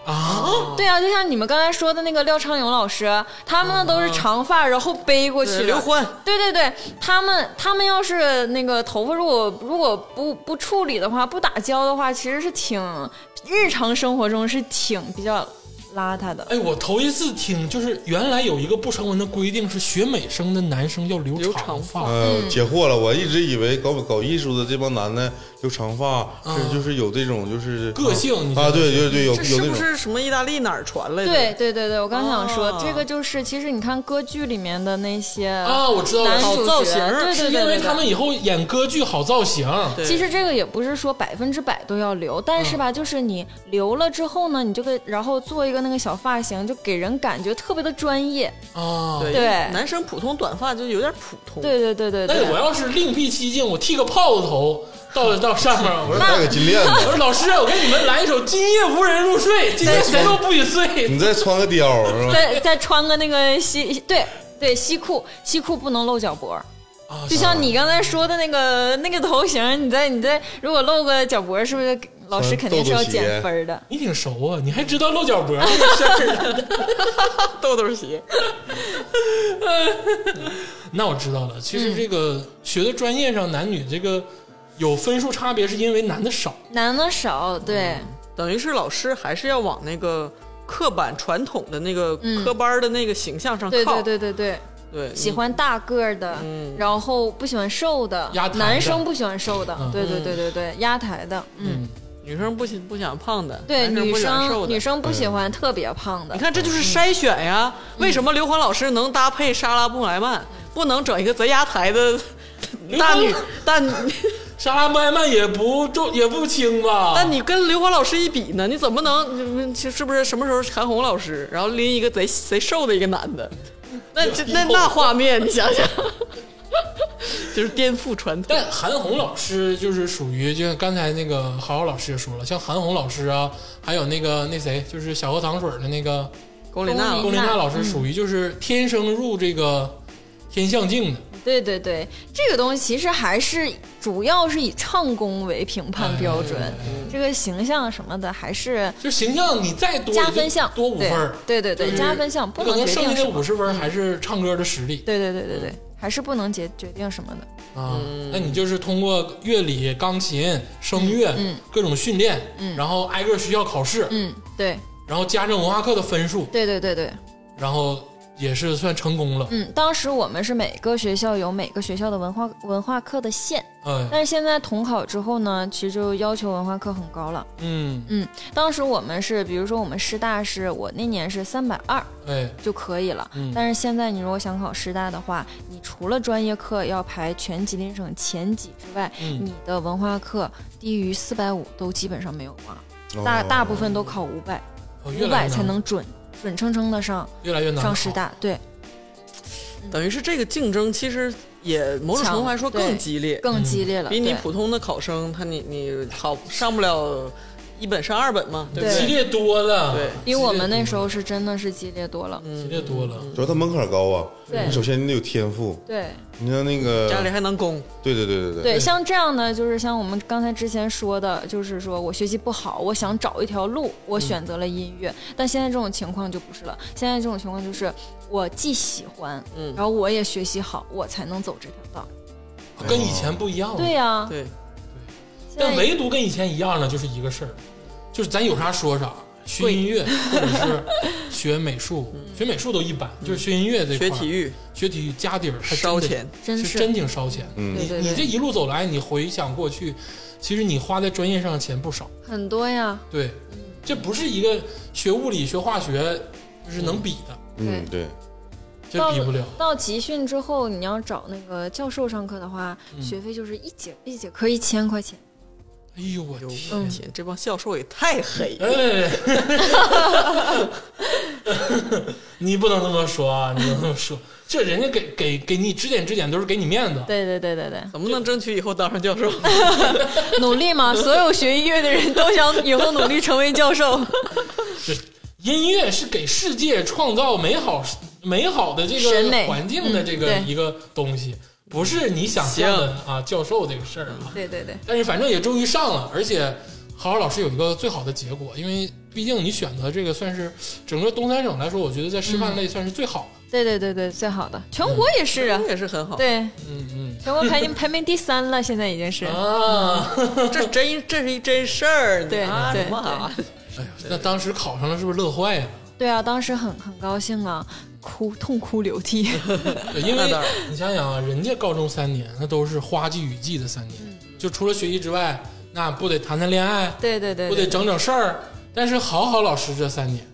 啊，对啊，就像你们刚才说的那个廖昌永老师，他们那都是长发，然后背过去对的刘欢，对对对，他们他们要是那个头发如果如果不不处理的话，不打胶的话，其实是挺日常生活中是挺比较邋遢的。哎，我头一次听，就是原来有一个不成文的规定是学美声的男生要留留长长发，嗯，解惑了。我一直以为搞搞艺术的这帮男的留长发嗯是就是有这种就是个性你觉啊，得对对对，有这有是那不种是什么意大利哪儿传来的？对，对对对，我刚想说，哦这个就是其实你看歌剧里面的那些啊，我知道男了，好主造角型儿对对对是对因为对他们以后演歌剧好造型。啊对其实这个也不是说百分之百都要留，但是吧，就是你留了之后呢，你就给然后做一个那个小发型，就给人感觉特别的专业。啊。对对男生普通短发就有点普通，对对对对啊那我对。要是另辟蹊径，我剃个泡子头，到到上面，我说戴个金链我子，说老师，我给你们来一首《今夜无人入睡》，今天谁都不许睡。你再穿个貂是吧？再再穿个那个西对对西裤，西裤不能露脚脖儿。啊就像你刚才说的那个那个头型，你在你在如果露个脚脖儿，是不是老师肯定是要减分儿的？你挺熟啊，你还知道露脚脖这个事儿呢？豆豆鞋，那我知道了。其实这个学的专业上，男女这个有分数差别，是因为男的少。男的少，对、等于是老师还是要往那个刻板传统的那个嗯科班儿的那个形象上嗯靠，对对对对对。对你喜欢大个儿的，嗯然后不喜欢瘦的压台，的男生不喜欢瘦的，嗯对对对对对，压台的，嗯，女生不喜不想胖的，对，男生女不想瘦生的嗯女。生不喜欢特别胖的你，看，这就是筛选呀。为什么刘欢老师能搭配莎拉布莱曼，不能整一个贼压台的大女大 女莎拉布莱曼也不重也不轻吧？但你跟刘欢老师一比呢，你怎么能？你是不是什么时候韩红老师，然后拎一个贼贼瘦的一个男的？那这那那画面，你想 想，就是颠覆传统。但韩红老师就是属于，就像刚才那个豪豪老师也说了，像韩红老师啊，还有那个那谁，就是小河糖水的那个龚琳龚娜琳龚琳娜老师，属于就是天生入这个天象镜的。对对对，这个东西其实还是主要是以唱功为评判标准，嗯这个形象什么的还是就形象你再多加分项也就多五对分儿对对对就是加分项不可能决剩定下什的五么，嗯十分还是唱歌的实力对对对对对，还是不能决决定什么的，啊。嗯那你就是通过乐理、钢琴、声乐嗯各种训练，然后挨个学校考试，嗯，对然后加上文化课的分数，对对对对，然后也是算成功了。嗯，当时我们是每个学校有每个学校的文化文化课的线。哎，但是现在统考之后呢，其实就要求文化课很高了。嗯，嗯，当时我们是，比如说我们师大是我那年是三百二哎，就可以了。嗯但是现在你如果想考师大的话，你除了专业课要排全吉林省前几之外，嗯你的文化课低于四百五都基本上没有啊，大哦大部分都考五百，哦越五来百越才难能准准称称的上越来越难上考师。大。对，等于是这个竞争，其实也某种程度来说嗯强更激烈，更激烈了。比你对普通的考生，他你你考上不了一本上二本嘛，对不激对？烈多了，嗯对，比我们那时候嗯是真的是激烈多了。激烈多了。主要它门槛高啊。对你首先你得有天赋，对你像那呃个家里还能供，对对对对对，像这样的就是像我们刚才之前说的，就是说我学习不好，我想找一条路，我选择了音乐。但现在这种情况就不是了，现在这种情况就是我既喜欢，嗯然后我也学习好，我才能走这条道。跟以前不一样了。对呀、对，现在哦但唯独跟以前一样的就是一个事儿，就是咱有啥说啥，学音乐或者是 学美嗯术，学美术都一般，就是学音乐这块学儿体，育学体育家底儿还真得烧钱，真是是真挺烧钱。嗯你对对你对这一路走来，你回想过去，其实你花在专业上的钱不少。很多呀。对，嗯这不是一个学物理、学化学就是能比的，嗯对，这比不了。到集训之后，你要找那个教授上课的话，学费就是一节一节课一千块钱。哎呦我有嗯天！我天，这帮教授也太黑了，哎， 你不能这么说啊！你不能这么说，这人家给给给你指点指点，都是给你面子。对对对对对，怎么能争取以后当上教授？努力嘛，所有学音乐的人都想以后努力成为教授。这音乐是给世界创造美好美好的这审个美环境的这个嗯对一个东西，不是你想象的啊，教授这个事儿啊。 对对对，但是反正也终于上了，而且好好老师有一个最好的结果，因为毕竟你选择这个算是整个东三省来说，我觉得在师范嗯类算是最好的。对对对对，最好的，全国也是啊。也是很好，对，嗯嗯全国排名排名第三了，现在已经是。啊。这真这是一真事儿，对啊对什么啊？哎呀，那当时考上了是不是乐坏呀？对啊，当时很很高兴啊，哭痛哭 流涕。对因那为当然你想想啊，人家高中三年那都是花季雨季的三年，嗯就除了学习之外，那不得谈谈恋爱，对对对不得对整整事儿。但是好好老师这三年，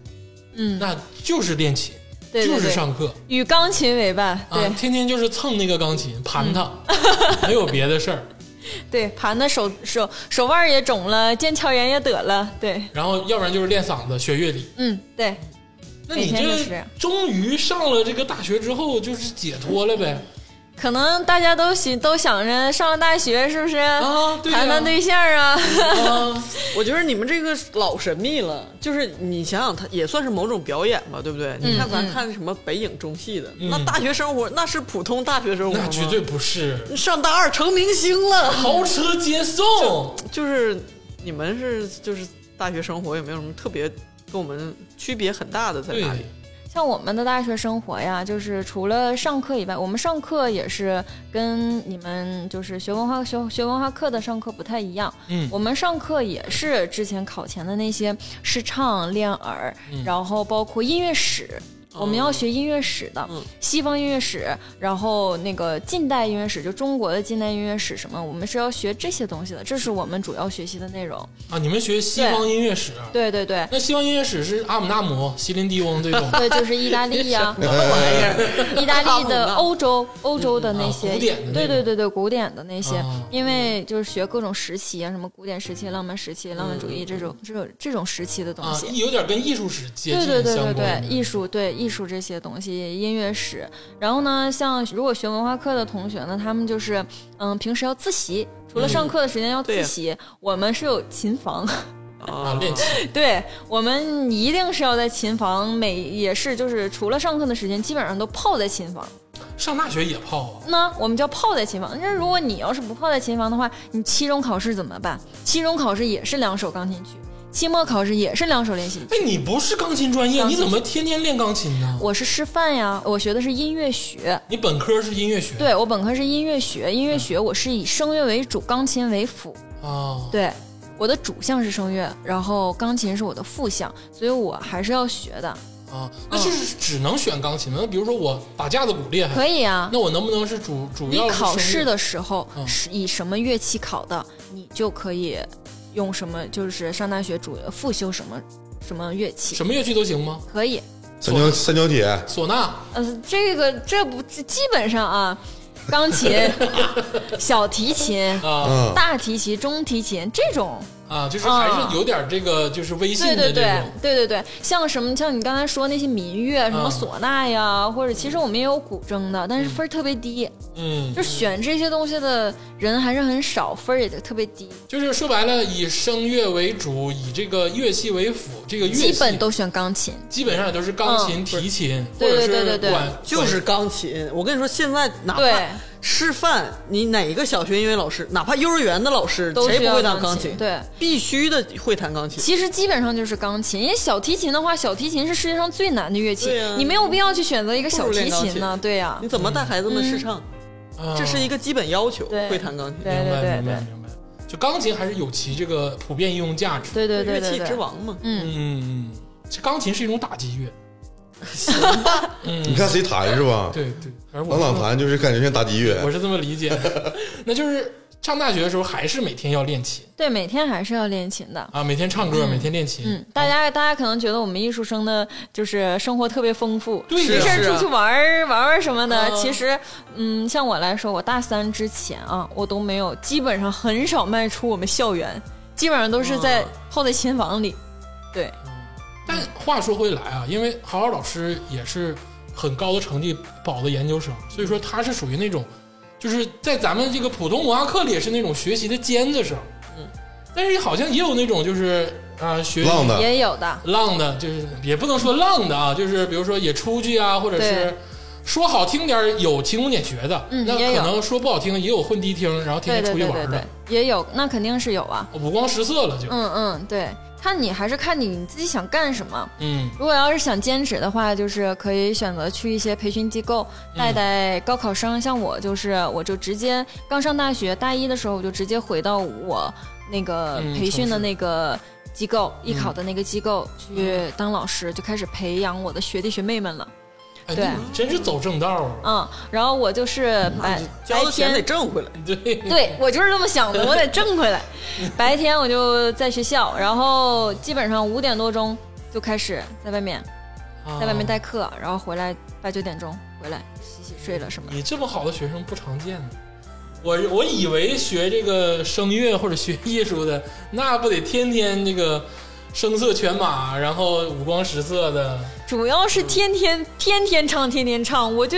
嗯，那就是练琴，对对就是对，上课与钢琴为伴。啊对，嗯天天就是蹭那个钢琴盘它， 没有别的事儿。对，盘的手手手腕儿也肿了，腱鞘炎也得了。对，然后要不然就是练嗓子学乐理。嗯，对，那你每天就是这这样终于上了这个大学之后，就是解脱了 呗？可能大家都想都想着上了大学是不是？啊，对呀谈谈对象啊，啊，我觉得你们这个老神秘了，就是你想想，它也算是某种表演吧，对不嗯对？你看咱看什么北影中戏的，嗯那大学生活那是普通大学生活吗那绝对不是。你上大二成明星嗯了，豪车接送，就是你们是就是大学生活有没有什么特别跟我们区别很大的在对哪里？像我们的大学生活呀，就是除了上课以外，我们上课也是跟你们就是学文化学学文化课的上课不太一样。嗯我们上课也是之前考前的那些视唱、练耳，然后包括音乐史。我们要学音乐史的，嗯西方音乐史，然后那个近代音乐史，就中国的近代音乐史什么，我们是要学这些东西的，这是我们主要学习的内容。啊，你们学西方音乐史？啊对对对，那西方音乐史是阿姆纳姆、席琳迪翁这 种啊对，就是意大利啊 呀、意大利的欧洲欧洲的那些、啊古典的那种对对对对，古典的那些，啊因为就是学各种时期啊，什么古典时期、浪漫时期、浪漫主义这种、这种这种时期的东啊西。，有点跟艺术史接对近对对对相对关，的艺术对艺术这些东西，音乐史。然后呢，像如果学文化课的同学呢，他们就是嗯，平时要自习，除了上课的时间要对自习，我们是有琴房。啊，练琴对我们一定是要在琴房每也是就是除了上课的时间，基本上都泡在琴房。上大学也泡啊，那我们叫泡在琴房。那如果你要是不泡在琴房的话，你期中考试怎么办？期中考试也是两首钢琴曲，期末考试也是两首练习曲。哎，你不是钢琴专业，钢你琴怎么天天练钢琴呢？我是师范呀，我学的是音乐学。你本科是音乐学对我本科是音乐学，音乐学我是以声乐为主，钢琴为辅。啊，对，我的主项是声乐，然后钢琴是我的副项，所以我还是要学的。啊，嗯那就是只能选钢琴吗？那比如说我打架子鼓厉害，可以啊，那我能不能是主主你要考声试乐的时候嗯是以什么乐器考的，你就可以用什么，就是上大学主复修什么什么乐器，什么乐器都行吗？可以。三角三角铁，唢呐呃，这个这不这基本上啊， 钢琴、小提琴、啊，嗯，大提琴、中提琴这种啊，就是还是有点这个就是微信对的这对对种，对对对，像什么像你刚才说那些民乐，什么嗯唢呐呀，或者其实我们也有古筝的，但是分儿特别低，嗯，就是选这些东西的人还是很少，分儿也特别低，就是说白了，以声乐为主，以这个乐器为辅，这个乐器基本都选钢琴。基本上也都是钢琴、嗯提琴，或对者对对是对对管就是钢琴。我跟你说，现在哪怕对师范，你哪个小学音乐老师，哪怕幼儿园的老师，都谁需不要会弹钢琴琴？对，必须的会弹钢琴。其实基本上就是钢琴，因为小提琴的话，小提琴是世界上最难的乐器，对啊呀你没有必要去选择一个小提琴呢，对呀、你怎么带孩子们试唱？啊这是一个基本要求，嗯对会弹钢琴，对明白对对明白明白，就钢琴还是有其这个普遍应用价值，对对对乐器对之对，王嘛。嗯，嗯，嗯这钢琴是一种打击 乐，嗯你看谁弹是吧？对对，反正我朗朗弹就是感觉像打击乐我，是这么理解的，那就是上大学的时候还是每天要练琴对，每天还是要练琴的。啊，每天唱歌，每天练琴，嗯，大家大家可能觉得我们艺术生的就是生活特别丰富，对呀没事儿出去玩儿玩玩什么的啊。其实，嗯，像我来说，我大三之前啊，我都没有，基本上很少迈出我们校园，基本上都是在哇泡在琴房里。对，但话说回来啊，因为郝好老师也是很高的成绩保的研究生，所以说他是属于那种，就是在咱们这个普通文化课里也是那种学习的尖子生。嗯，但是好像也有那种就是啊学习浪的。也有的，浪的，就是也不能说浪的啊，就是比如说也出去啊，或者是对说好听点儿有勤工俭学的，嗯那也可有能说不好听也有混迪厅，然后天天对对出去对玩对儿对的，，也有，那肯定是有啊。五光十色了就。嗯嗯，对，看你还是看你你自己想干什么。嗯如果要是想兼职的话，就是可以选择去一些培训机构嗯带带高考生。像我就是，我就直接刚上大学大一的时候，我就直接回到我那个嗯培训的从事那个机构，艺考的那个机构嗯去当老师，就开始培养我的学弟学妹们了。哎，对那你真是走正道啊！嗯，然后我就是白白交的钱哎天得挣回来，对， 对我就是这么 想的，我得挣回来。白天我就在学校，然后基本上五点多钟就开始在外面，在外面带。代课，然后回来八九点钟回来洗洗睡了什么的。你这么好的学生不常见呢。我我以为学这个声乐或者学艺术的，那不得天天这个声色犬马，然后五光十色的。主要是天嗯天天天唱，天天唱，我就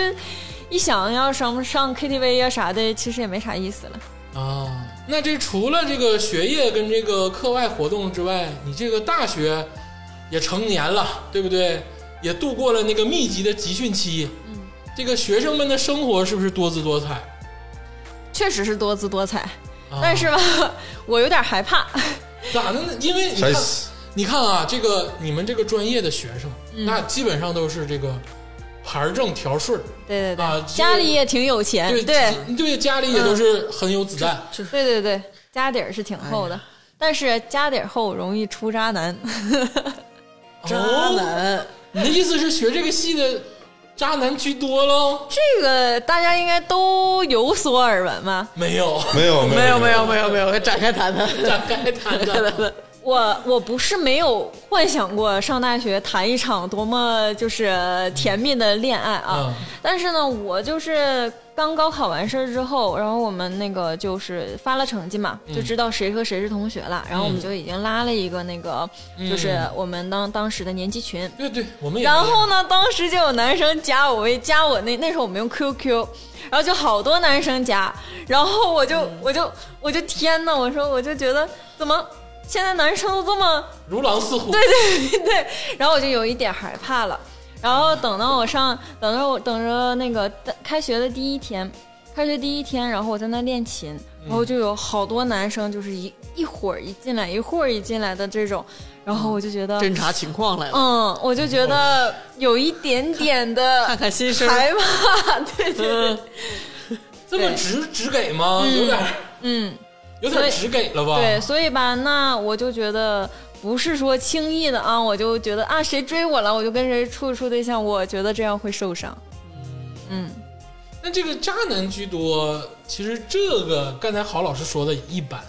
一想要上上 KTV 呀、啊啥的，其实也没啥意思了。啊，那这除了这个学业跟这个课外活动之外，你这个大学也成年了，对不对？也度过了那个密集的集训期。嗯，这个学生们的生活是不是多姿多彩？确实是多姿多彩，啊、但是吧， 我有点害怕。咋的呢？因为你啥看意，思？你看啊，这个你们这个专业的学生，嗯那基本上都是这个牌儿正条顺儿，对对对，啊家里也挺有钱，对对嗯对，家里也都是很有子弹。 对对对，家底儿是挺厚的，但是家底儿厚容易出渣男。 渣哦，男你的意思是学这个系的渣男居多喽？这个大家应该都有所耳闻吧？没有，没有没没有有没有没有没有，展开 谈谈。嗯展开谈谈。我我不是没有幻想过上大学谈一场多么就是甜蜜的恋爱啊，嗯但是呢，我就是刚高考完事儿之后，然后我们那个就是发了成绩嘛，就知道谁和谁是同学了，然后我们就已经拉了一个那个，就是我们当当时的年级群，对对，我们也然后呢，当时就有男生加我微，加我那那时候我们用 QQ，然后就好多男生加，然后我就、我就我就天呐，我说我就觉得怎么现在男生都这么如狼似虎。对，然后我就有一点害怕了。然后等到我上，等着我等着那个开学的第一天，开学第一天，然后我在那练琴，然后就有好多男生就是一一会儿一进来，一会儿一进来的这种，然后我就觉得侦查情况来了，嗯，我就觉得有一点点的看看心声嗯害怕， 对对对，这么直直给吗？有点嗯，有点直给了吧？对，所以吧，那我就觉得不是说轻易的啊，我就觉得啊，谁追我了，我就跟谁处处对象，我觉得这样会受伤。嗯，那这个渣男居多，其实这个刚才郝老师说的一般，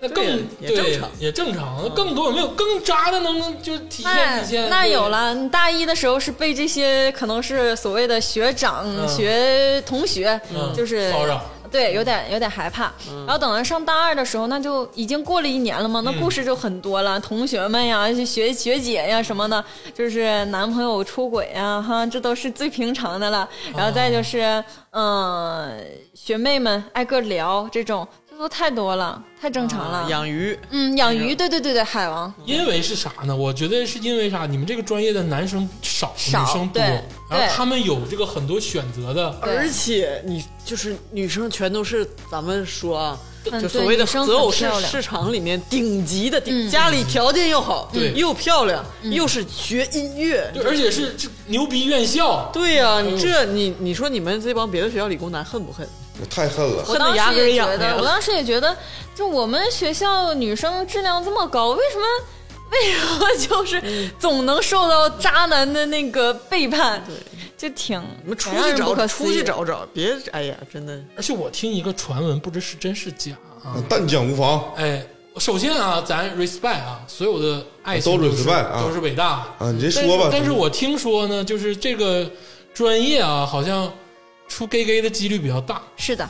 那更对也对正常也正常。那更多有没有更渣的能不能就体现体嗯那现？那对有。了，你大一的时候是被这些可能是所谓的学长、嗯学同学，嗯就是骚扰，对，有点有点害怕。然后等到上大二的时候，那就已经过了一年了嘛，那故事就很多了，同学们呀、学学姐呀什么的，就是男朋友出轨呀，哈，这都是最平常的了。然后再就是，嗯、学妹们挨个聊这种，这都太多了，太正常了。啊养鱼，嗯，养鱼，对对对对，海王。因为是啥呢？我觉得是因为啥？你们这个专业的男生少，少女生多，对然对后他们有这个很多选择的，对而且你就是女生全都是咱们说啊，嗯就对所谓的女生择偶很市漂亮嗯市场里面顶级的顶，家里条件又好，对又漂亮，又是学音乐，对，而且是这牛逼院校，对呀、呦你这嗯你你说你们这帮别的学校理工男恨不恨？太恨了。我恨得当牙时根儿也痒觉痒得，我当时也觉得，就我们学校女生质量这么高，为什么？为什嗯么就是总能受到渣男的那个背叛？就挺你们出挺让去人嗯不找可思出议去的。找找，别哎呀，真的而且我听一个传闻，不知是真是假啊。但讲无妨哎，首先啊，咱 respect 啊，所有的爱情都是 respect 啊都是伟大的。啊，你这但说吧是。但是我听说呢，就是这个专业啊，好像出 gay gay 的几率比较大。是的，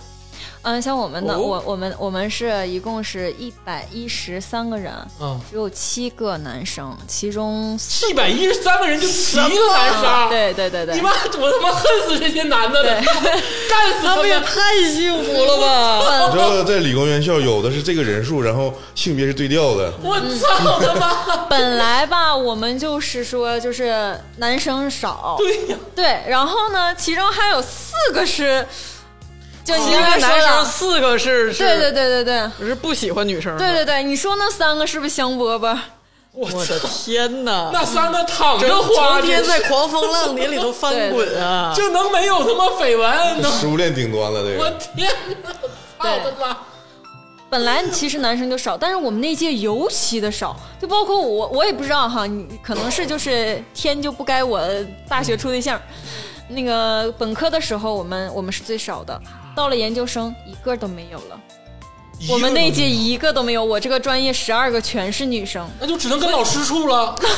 嗯，像我们的，哦我我们我们是一共是一百一十三个人，嗯，只有七个男生，其中四一百一十三个人就七个男啊杀，啊对对对你对妈，，我他妈恨死这些男的了， 干死他他们也嗯们！哎太幸福了吧！你知道在理工院校有的是这个人数，然后性别是对调的，我操他妈！本来吧，我们就是说，就是男生少，对呀，对，然后呢，其中还有四个是，就你七刚个才说男生了，四个是是，啊对对对对对是不喜欢女生的，对对对，你说那三个是不是香饽饽？我我操的！天 哪！那三个躺整着花，成天这在狂风浪蝶里头 翻滚啊！这能没有他妈绯闻？能？食物链顶端了这我个。天哪！操他妈！本来其实男生就少，但是我们那届尤其的少，就包括我，我也不知道哈，你可能是就是天就不该我大学处对象，那个本科的时候我们我们是最少的，到了研究生一个都没有了，我们那届一个都没有，我这个专业十二个全是女生，那就只能跟老师处了。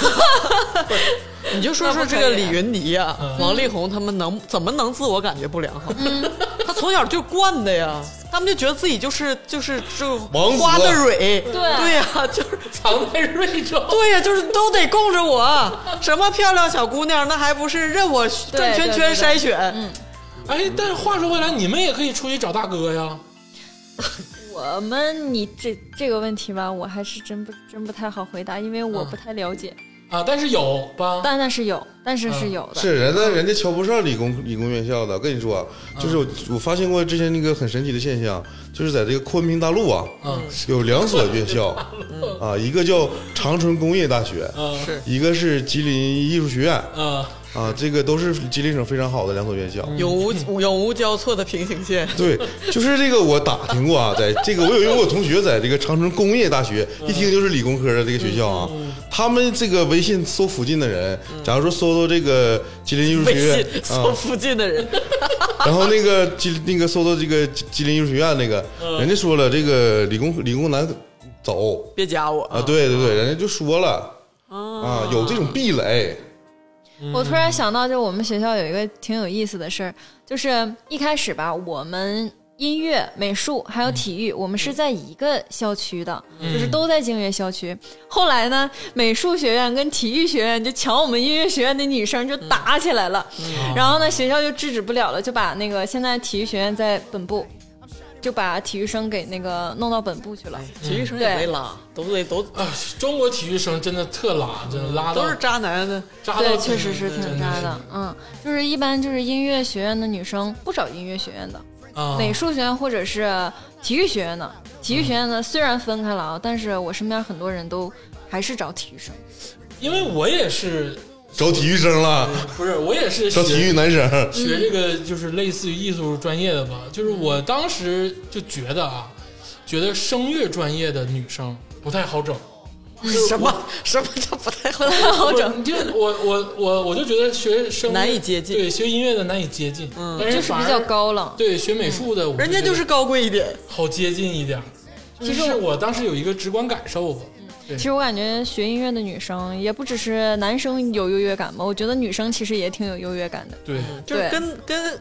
你就说说这个李云迪呀、啊王力宏他们能怎么能自我感觉不良好？ 他从小就惯的呀，他们就觉得自己就是就是就王子花的蕊，对对呀、就是藏在瑞州。对呀、就是都得供着我。什么漂亮小姑娘，那还不是任我转圈圈筛选？哎，但是话说回来，你们也可以出去找大哥呀。我们，你这这个问题吧，我还是真不真不太好回答，因为我嗯不太了解。啊，但是有吧？但但是有，但是是有嗯的。是人家人家瞧不上理工理工院校的，跟你说，啊就是嗯我我发现过之前那个很神奇的现象，就是在这个昆明大陆啊，嗯有两所院校，啊，一个叫长春工业大学，嗯是一个是吉林艺术学院，嗯，啊，这个都是吉林省非常好的两所院校。永无永无交错的平行 线。对，就是这个我打听过啊，在这个我有一个我同学在这个长春工业大学，嗯一听就是理工科的这个学校啊，他们这个微信搜附近的人，假如说搜搜这个吉林艺术嗯微学院信啊搜，附近的人，然后那个吉那个搜到这个吉吉林艺术学院那个，嗯人家说了这个理工理工男走别加我啊，！对对嗯对，人家就说了啊，有这种壁垒，我突然想到，就我们学校有一个挺有意思的事儿，就是一开始吧，我们音乐、美术还有体育，我们是在一个校区的，就是都在经约校区。后来呢，美术学院跟体育学院就抢我们音乐学院的女生就打起来了，哦然后呢，学校就制止不了了，就把那个现在体育学院在本部。就把体育生给那个弄到本部去了，体育生也没拉，都得都哎，中国体育生真的特拉，真的拉到都是渣男啊的。渣到对，底确实是挺渣的。嗯，就是一般就是音乐学院的女生不找音乐学院的，啊。美术学院或者是体育学院的。体育学院的虽然分开了啊，但是我身边很多人都还是找体育生。因为我也是，找体育生了，不是我也是找体育男生，嗯学这个就是类似于艺术专业的吧，就是我当时就觉得啊，觉得声乐专业的女生不太好整，什么什么叫嗯不太好？好整。就我我我我就觉得学声乐难以接近对，学音乐的难以接近，嗯但就是是反比而较高冷，对学美术的，我人家就觉是得高贵一点，好接近一点儿。其实这是我我当时有一个直观感受吧，对其实我感觉学音乐的女生也不只是男生有优越感吧，我觉得女生其实也挺有优越感的。对，就是对跟跟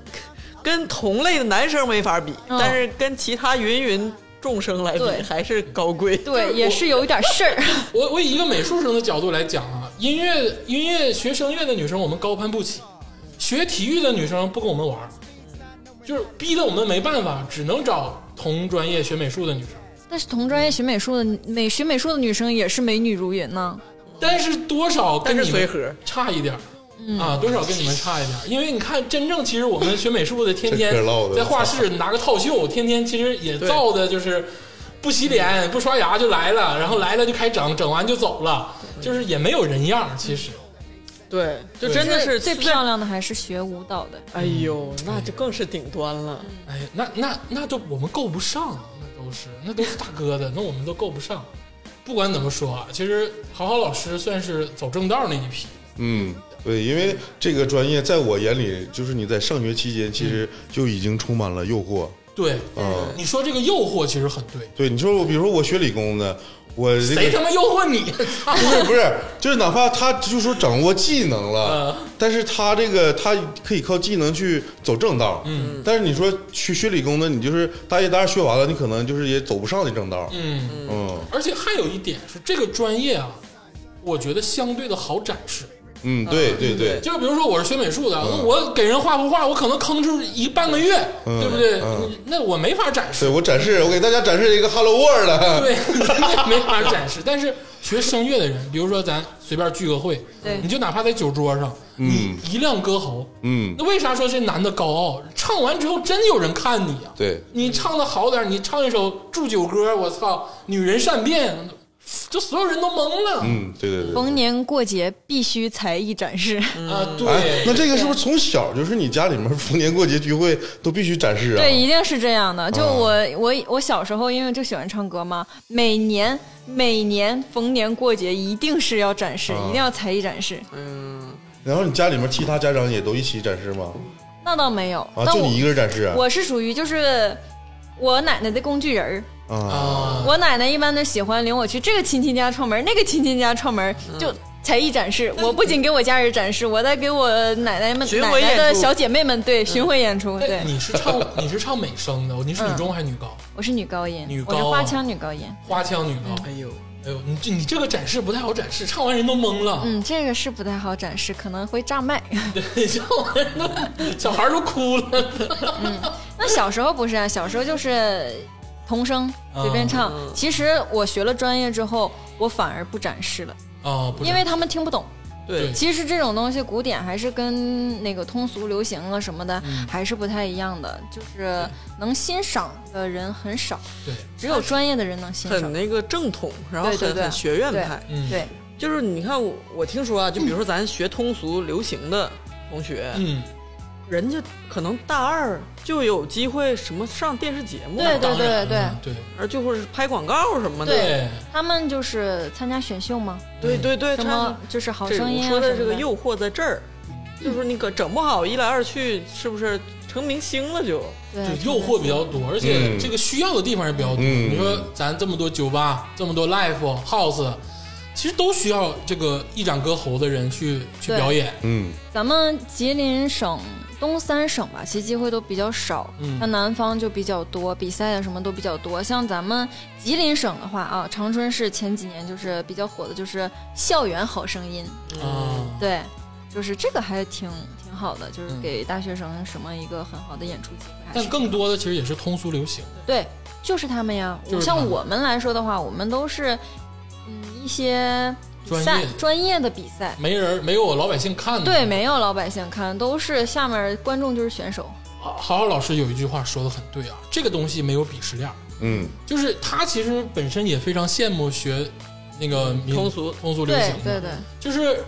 跟同类的男生没法比，嗯但是跟其他芸芸众生来比对还是高贵。对，也是有一点事儿。我我以一个美术生的角度来讲啊，音乐音乐学声乐的女生我们高攀不起，学体育的女生不跟我们玩儿，就是逼得我们没办法，只能找同专业学美术的女生。但是同专业学美术的美学美术的女生也是美女如云呢。但是多少但跟是你随们和，差一点儿。啊，多少跟你们差一点儿，因为你看，真正其实我们学美术的，天天这嗑唠的在画室拿个套袖，天天其实也造的就是不洗脸、不刷牙就来了，然后来了就开整，整完就走了，就是也没有人样儿。其实，对，就对真的就是最漂。亮的还是学舞蹈的，哎呦，那就更是顶端了。哎，那那那都我们够不上，啊那都是那都是大哥的，那我们都够不上。不管怎么说啊，其实好好老师算是走正道那一批，嗯，对，因为这个专业在我眼里，就是你在上学期间，其实就已经充满了诱惑对。啊。你说这个诱惑其实很对，对，你说我，比如说我学理工的，我这谁个他妈诱惑你？ 操不是不是，就是哪怕他就说掌握技能了，但是他这个他可以靠技能去走正道。嗯，但是你说去学理工的，你就是大一、大二学完了，你可能就是也走不上这正道。嗯，嗯而且还有一点是，这个专业啊，我觉得相对的好展示。嗯，对对对，就是比如说我是学美术的，那我给人画幅画，我可能吭哧一半个月，嗯对不对、嗯你那我没法展对示，我展示，我给大家展示一个 Hello World 了。 对，没法展示。但是学声乐的人，比如说咱随便聚个会，对你就哪怕在酒桌上，嗯一亮歌喉，嗯，那为啥说这男的高傲？唱完之后真有人看你啊！对，你唱的好点儿，你唱一首《祝酒歌》，我操，女人善变，就所有人都懵了。嗯，对对对。逢年过节必须才艺展示。啊，对，哎，那这个是不是从小就是你家里面逢年过节聚会都必须展示啊？ 对，一定是这样的。就我、我我小时候，因为就喜欢唱歌嘛，每年每年逢年过节一定是要展示，啊一定要才艺展示。嗯，然后你家里面其他家长也都一起展示吗？那倒没有，啊，但就我你一个人展示啊？我是属于就是我奶奶的工具人儿。啊，啊，我奶奶一般都喜欢领我去这个亲戚家串门，那个亲戚家串门，就才艺展示。我不仅给我家人展示，我在给我奶奶们、巡奶回奶演的出小姐妹们对巡回演出。哎对，嗯你是唱你是唱美声的，你是女中还是女高？我是女高音，女我是高啊花腔女高音。花腔女高。嗯哎呦，哎呦，你这你这个展示不太好展示，唱完人都懵了，嗯，这个是不太好展示，可能会炸麦。对， 唱完人都小孩儿都哭了。那小时候不是啊，小时候就是童声随便唱。其实我学了专业之后，我反而不展示了，啊，不是因为他们听不懂。对对，其实这种东西，古典还是跟那个通俗流行啊什么的、嗯还是不太一样的，就是能欣赏的人很少，对，只有专业的人能欣很赏。那个正统，然后对对很对很学院派。嗯对，就是你看我，我听说啊，就比如说咱学通俗流行的同学，嗯，人家可能大二就有机会什么上电视节目，对对当然对了对而就会拍广告什么的。对他们就是参加选秀嘛，对对对，什他么就是好这声我音啊说的什这么嗯个诱惑在这儿，就是你可整不好，一来二去是不是成明星了就？对对，诱惑比较多，而且这个需要的地方也比较多。嗯你说咱这么多酒吧，这么多 live house，其实都需要这个一展歌喉的人去去对表演。嗯，咱们吉林省东三省吧，其实机会都比较少，嗯那、南方就比较多，比赛啊什么都比较多。像咱们吉林省的话啊，长春市前几年就是比较火的，就是校园好声音，啊，对，就是这个还挺挺好的，就是给大学生什么一个很好的演出机会，还但是更多的其实也是通俗流行。对，就是他们呀。就是他像们我们来说的话，我们都是嗯一些比专赛业的嗯专业的比赛。没人没有我老百姓看的。对，没有老百姓看，都是下面观众就是选手。好好老师有一句话说的很对啊，这个东西没有鄙视链儿，嗯，就是他其实本身也非常羡慕学那个民通俗通俗流对行嗯的，对对，就是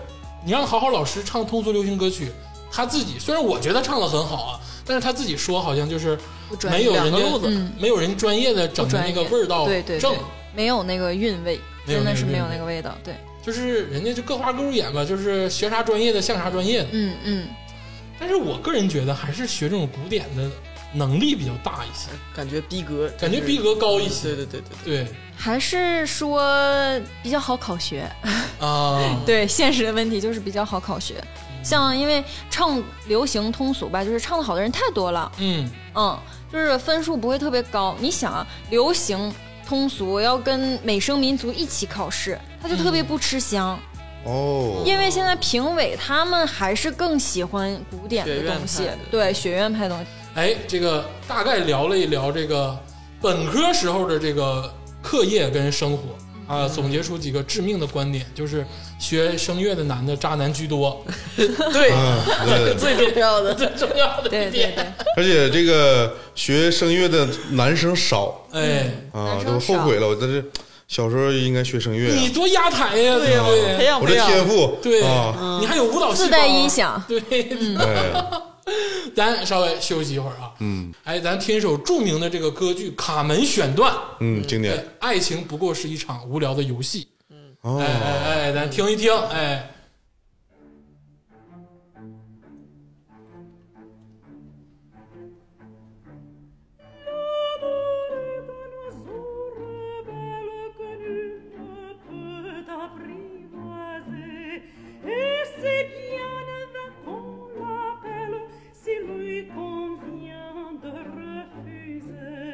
你让好好老师唱通俗流行歌曲，他自己虽然我觉得唱的很好啊，但是他自己说好像就是不专没有业，人家两个路子嗯没有人专业的整不的专那业个味儿道对对正对，，没有那个韵味，没有真那的个是没有韵味那个味道。对，就是人家就各花各路演吧，就是学啥专业的像啥专业的。嗯嗯，但是我个人觉得还是学这种古典的能力比较大一些，感觉逼格，感觉逼格高一些对对对对对还是说比较好考学。啊，对，现实的问题就是比较好考学。像因为唱流行通俗吧，就是唱的好的人太多了，嗯，嗯，就是分数不会特别高。你想啊，流行通俗要跟美声民族一起考试，他就特别不吃香，哦，因为现在评委他们还是更喜欢古典学的院东西派的，对学院派的东西。哎，这个大概聊了一聊这个本科时候的这个课业跟生活嗯啊，总结出几个致命的观点，就是学声乐的男的渣男居多，对，嗯，对，最重要的，最重要的对一对点。对，而且这个学声乐的男生少哎，啊，男都生少后悔了，我真是小时候应该学声乐你呀，多压台呀，对不培对？养我培这养，天赋，对啊，，你还有舞蹈细胞自带音响对，哎，咱稍微休息一会儿啊。嗯哎，咱听一首著名的这个歌剧《卡门》选段，嗯，经对典，爱情不过是一场无聊的游戏。嗯哎哦，哎哎，咱听一听，哎。 peut apprivoiser. Et c'est bien avec qu'on l'appelle, si lui convient de refuser.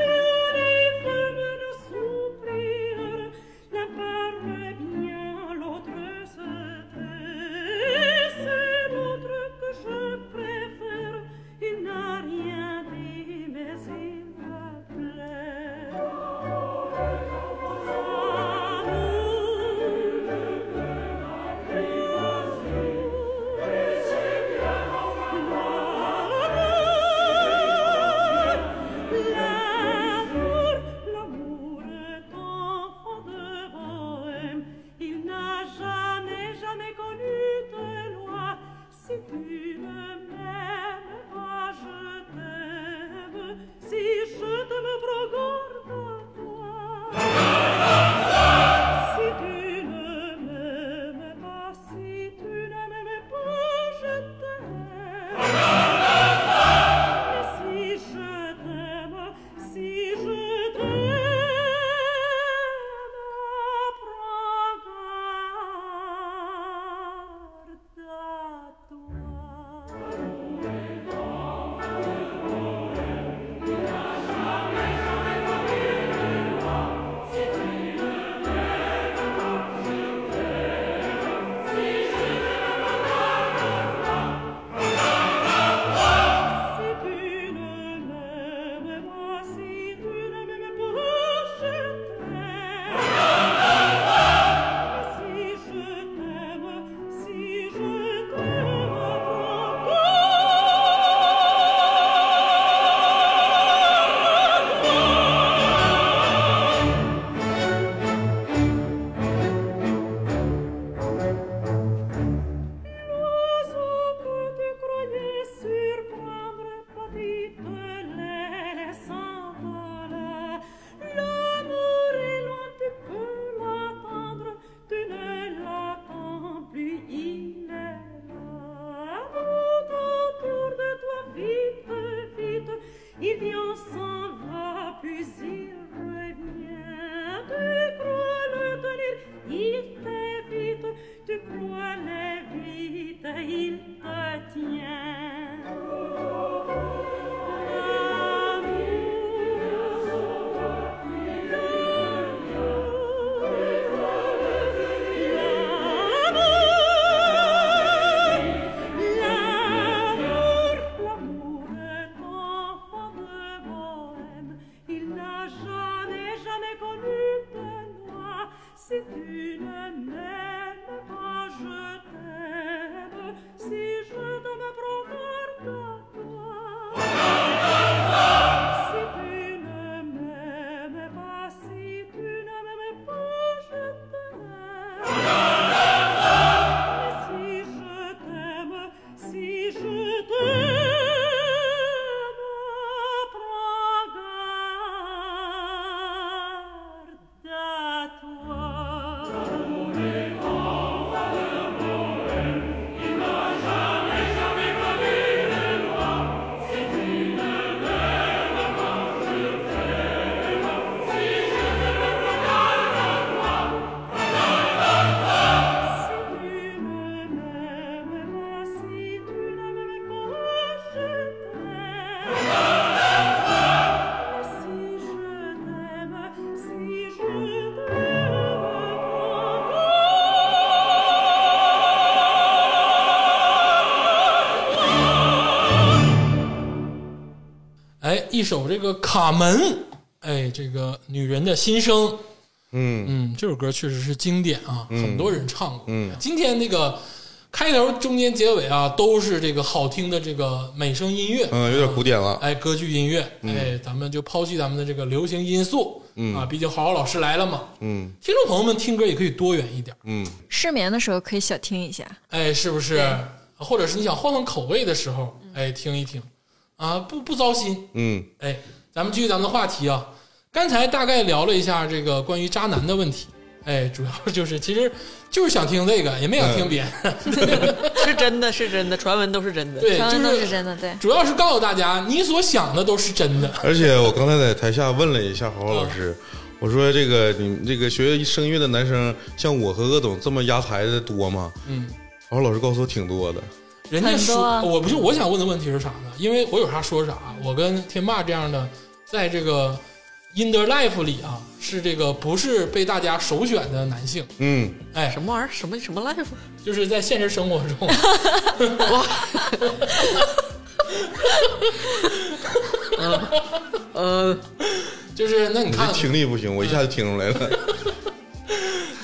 Les- les femmes ne soupirent, l'un parle bien, l'autre se tait. Et c'est l'autre que je préfère, il n'a rien dit, mais il me plaît. L'amour, l'amour est enfant de bohème. Il n'a jamais, jamais connu de loi. Si tu me m'aimes pas, je t'aime. Si je te me procure de toi. Si tu ne m'aimes pas, si tu ne m'aimes pas, je t'aime. Mais si je t'aime, si je t'aime, prends garde à toi. Si tu ne m'aimes pas, si tu ne m'aimes pas, je t'aime. Si je t'aime, si je t'aime, L'oiseau que tu croyais surprendre petit l'aile s'envola. L'amour est loin, tu peux l'attendre, tu ne l'attends plus, il est là. Tout autour de toi, vite, vite, il vient, s'en va, puis il revient. Tu crois le tenir, il t'évite, tu crois l'éviter, il te tient. L'amour, l'amour est enfant de bohème. Il n'a jamais, jamais connu de loi. Si tu ne m'aimes pas, je t'aime. Si je te me procure de toi. Si tu ne m'aimes pas, si tu ne m'aimes pas, je t'aime. Mais si je t'aime, si je t'aime, prends garde à toi. 哎一首这个《卡门》，哎，这个女人的心声，嗯嗯，这首歌确实是经典啊，很多人唱过。嗯今天这个开头、中间、结尾啊，都是这个好听的这个美声音乐，嗯，有嗯点古典了，哎，歌剧音乐，哎，咱们就抛弃咱们的这个流行因素，啊，毕竟好好老师来了嘛。嗯听众朋友们听歌也可以多元一点，嗯失眠的时候可以小听一下。哎，是不是？或者是你想换换口味的时候，哎，听一听，啊，不不糟心。嗯哎，咱们继续咱们的话题啊。刚才大概聊了一下这个关于渣男的问题，哎，主要就是其实就是想听这个，也没想听别的。是真的是真的，传闻都是真的。对，传就闻都是是真的，对。主要是告诉大家，你所想的都是真的。而且我刚才在台下问了一下豪豪老师，嗯我说这个你们这个学声乐的男生，像我和鄂总这么压台的多吗？嗯，豪豪老师告诉我挺多的。人家很多说，啊我不是我想问的问题是啥呢？因为我有啥说啥，我跟天霸这样的，在这个 in the life 里啊，是这个不是被大家首选的男性，嗯，哎什，么玩意儿？什么什么 life？就是在现实生活中，啊呃，就是那你你这看，听力不行，我一下就听出来了。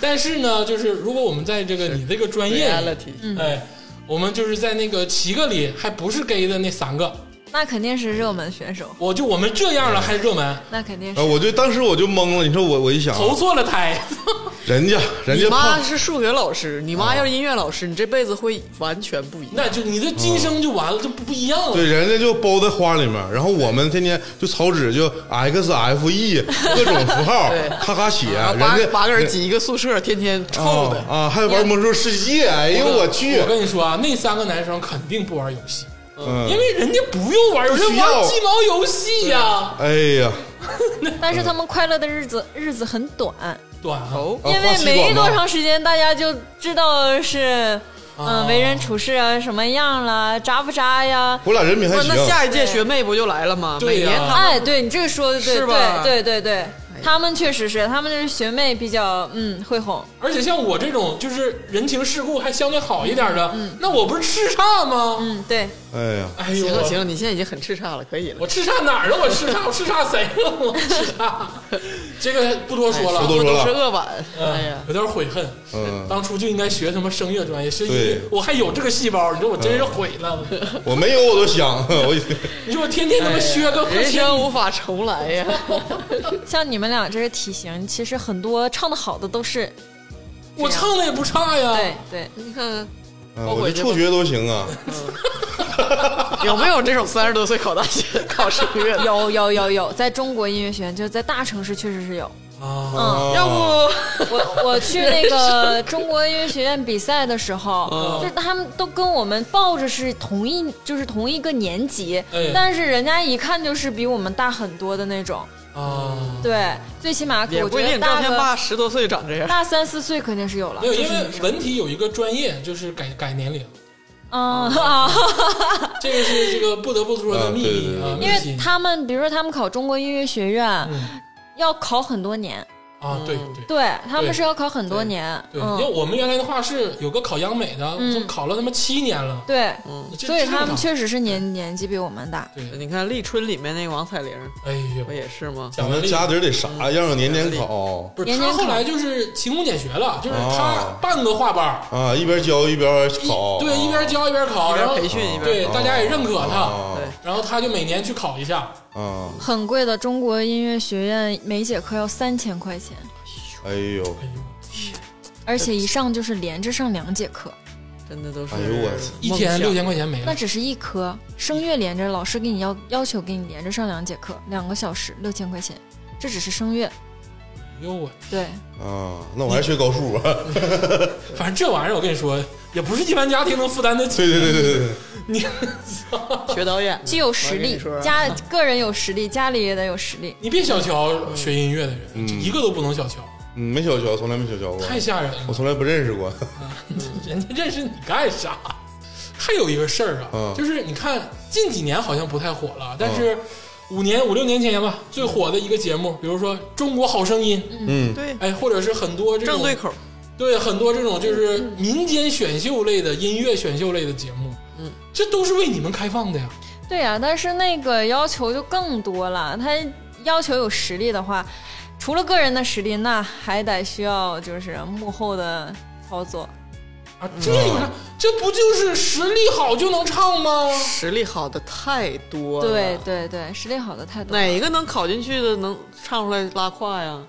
但是呢，就是如果我们在这个你这个专业里， reality。哎，我们就是在那个七个里还不是 gay 的那三个，那肯定是热门选手，我就我们这样了还热门，那肯定啊，是。我就当时我就懵了。你说我我一想，投错了胎，嗯人家人你家妈胖，是数学老师，你妈要是音乐老师，你这辈子会完全不一样。那就你的今生就完了，就不不一样了。对，人家就包在花里面，然后我们天天就草纸就 X F E 各种符号对，咔咔写，啊人八家八个人挤一个宿舍，天天臭的啊。啊，还玩魔兽世界，哎呦我去我，跟你说啊，那三个男生肯定不玩游戏，因嗯，为人家不用玩游戏，不人需家要玩鸡毛游戏呀、哎呀，但是他们快乐的日子日子很短，短啊，哦，啊因为没多，长时间，大家就知道是啊哦嗯为人处事啊什么样了，渣不渣呀？花旗广告我俩人品还不是那行，下一届学妹不就来了吗？对每呀年她哎，对你这个说的对，是吧哎对对对对，他们确实是，他们就是学妹比较嗯会哄，而且像我这种就是人情世故还相对好一点的，那我不是叱咤吗？嗯对，哎呀，哎呦，嗯行了行我了，你现在已经很叱咤了，可以了。我叱咤哪儿了？我叱咤，我叱咤谁了？我叱 咤，这个不多说了，不哎多说了都是恶晚，嗯哎呀，有点悔恨。嗯， 当初就应该学他妈声乐专业，学音对嗯乐，我还有这个细胞，你说我真是毁了。我没有我都想， 我你说我天天他妈削个人哎生无法重来呀。像你们俩这个体型，其实很多唱的好的都是我唱的也不差呀。对对，哦你看看啊后我悔这去辍学都行啊，有没有这种三十多岁考大学、考声乐的？有有有有，在中国音乐学院，就是在大城市确实是有。啊，嗯，啊要不我我去那个中国音乐学院比赛的时候嗯，就是他们都跟我们报着是同一，就是同一个年级哎，但是人家一看就是比我们大很多的那种。嗯啊，对，最起码也我不一觉得定，赵大天霸个十多岁长这样，大三四岁肯定是有了没。有，因就是为女生文体有一个专业就是改改年龄，嗯啊，这个是这个不得不说的啊秘对对密对啊，秘因为辛他们比如说他们考中国音乐学院嗯要考很多年，啊，对对。对他对们是要考很多年，对，因为嗯，我们原来的话是有个考央美的，嗯就考了他妈七年了，对，这所以他们这正确实是年年纪比我们大。常对，你看《立春》里面那个王彩玲，哎呦不，也是吗？讲那完家底儿得啥样啊？年年考不是年他年后来就是勤工俭学了，就是他哦办个画班儿，啊，一边教一边一考，对一边教一边考，一然边后培训一边哦对大家也认可他，啊对然后他就每年去考一下，啊，很贵的，中国音乐学院每节课要三千块钱，哎呦。哎呦，而且一上就是连着上两节课，真的都是哎呦我操一天梦想六千块钱没那了，只是一科，声乐连着，老师给你要要求给你连着上两节课，两个小时六千块钱，这只是声乐，哎呦我，对，啊，那我还学高数啊？ 反正这玩意儿我跟你说，也不是一般家庭能负担得起。对对对对对，学导演既有实我跟你力说，啊家个人有实力，家里也得有实力。你别小瞧学音乐的人，嗯这一个都不能小瞧，嗯，没小瞧，从来没小瞧过，太吓人我了。从来不认识过。人家认识你干啥？还有一个事儿啊嗯，就是你看近几年好像不太火了，但是五年五六年前吧，最火的一个节目，比如说《中国好声音》，嗯，对哎，或者是很多这正种对口，对很多这种就是嗯民间选秀类的音乐选秀类的节目，嗯，这都是为你们开放的呀。对呀、但是那个要求就更多了。他要求有实力的话，除了个人的实力，那还得需要就是幕后的操作。啊，这有啥？这不就是实力好就能唱吗？实力好的太多了。对，对对，实力好的太多了。哪一个能考进去的能唱出来拉胯呀？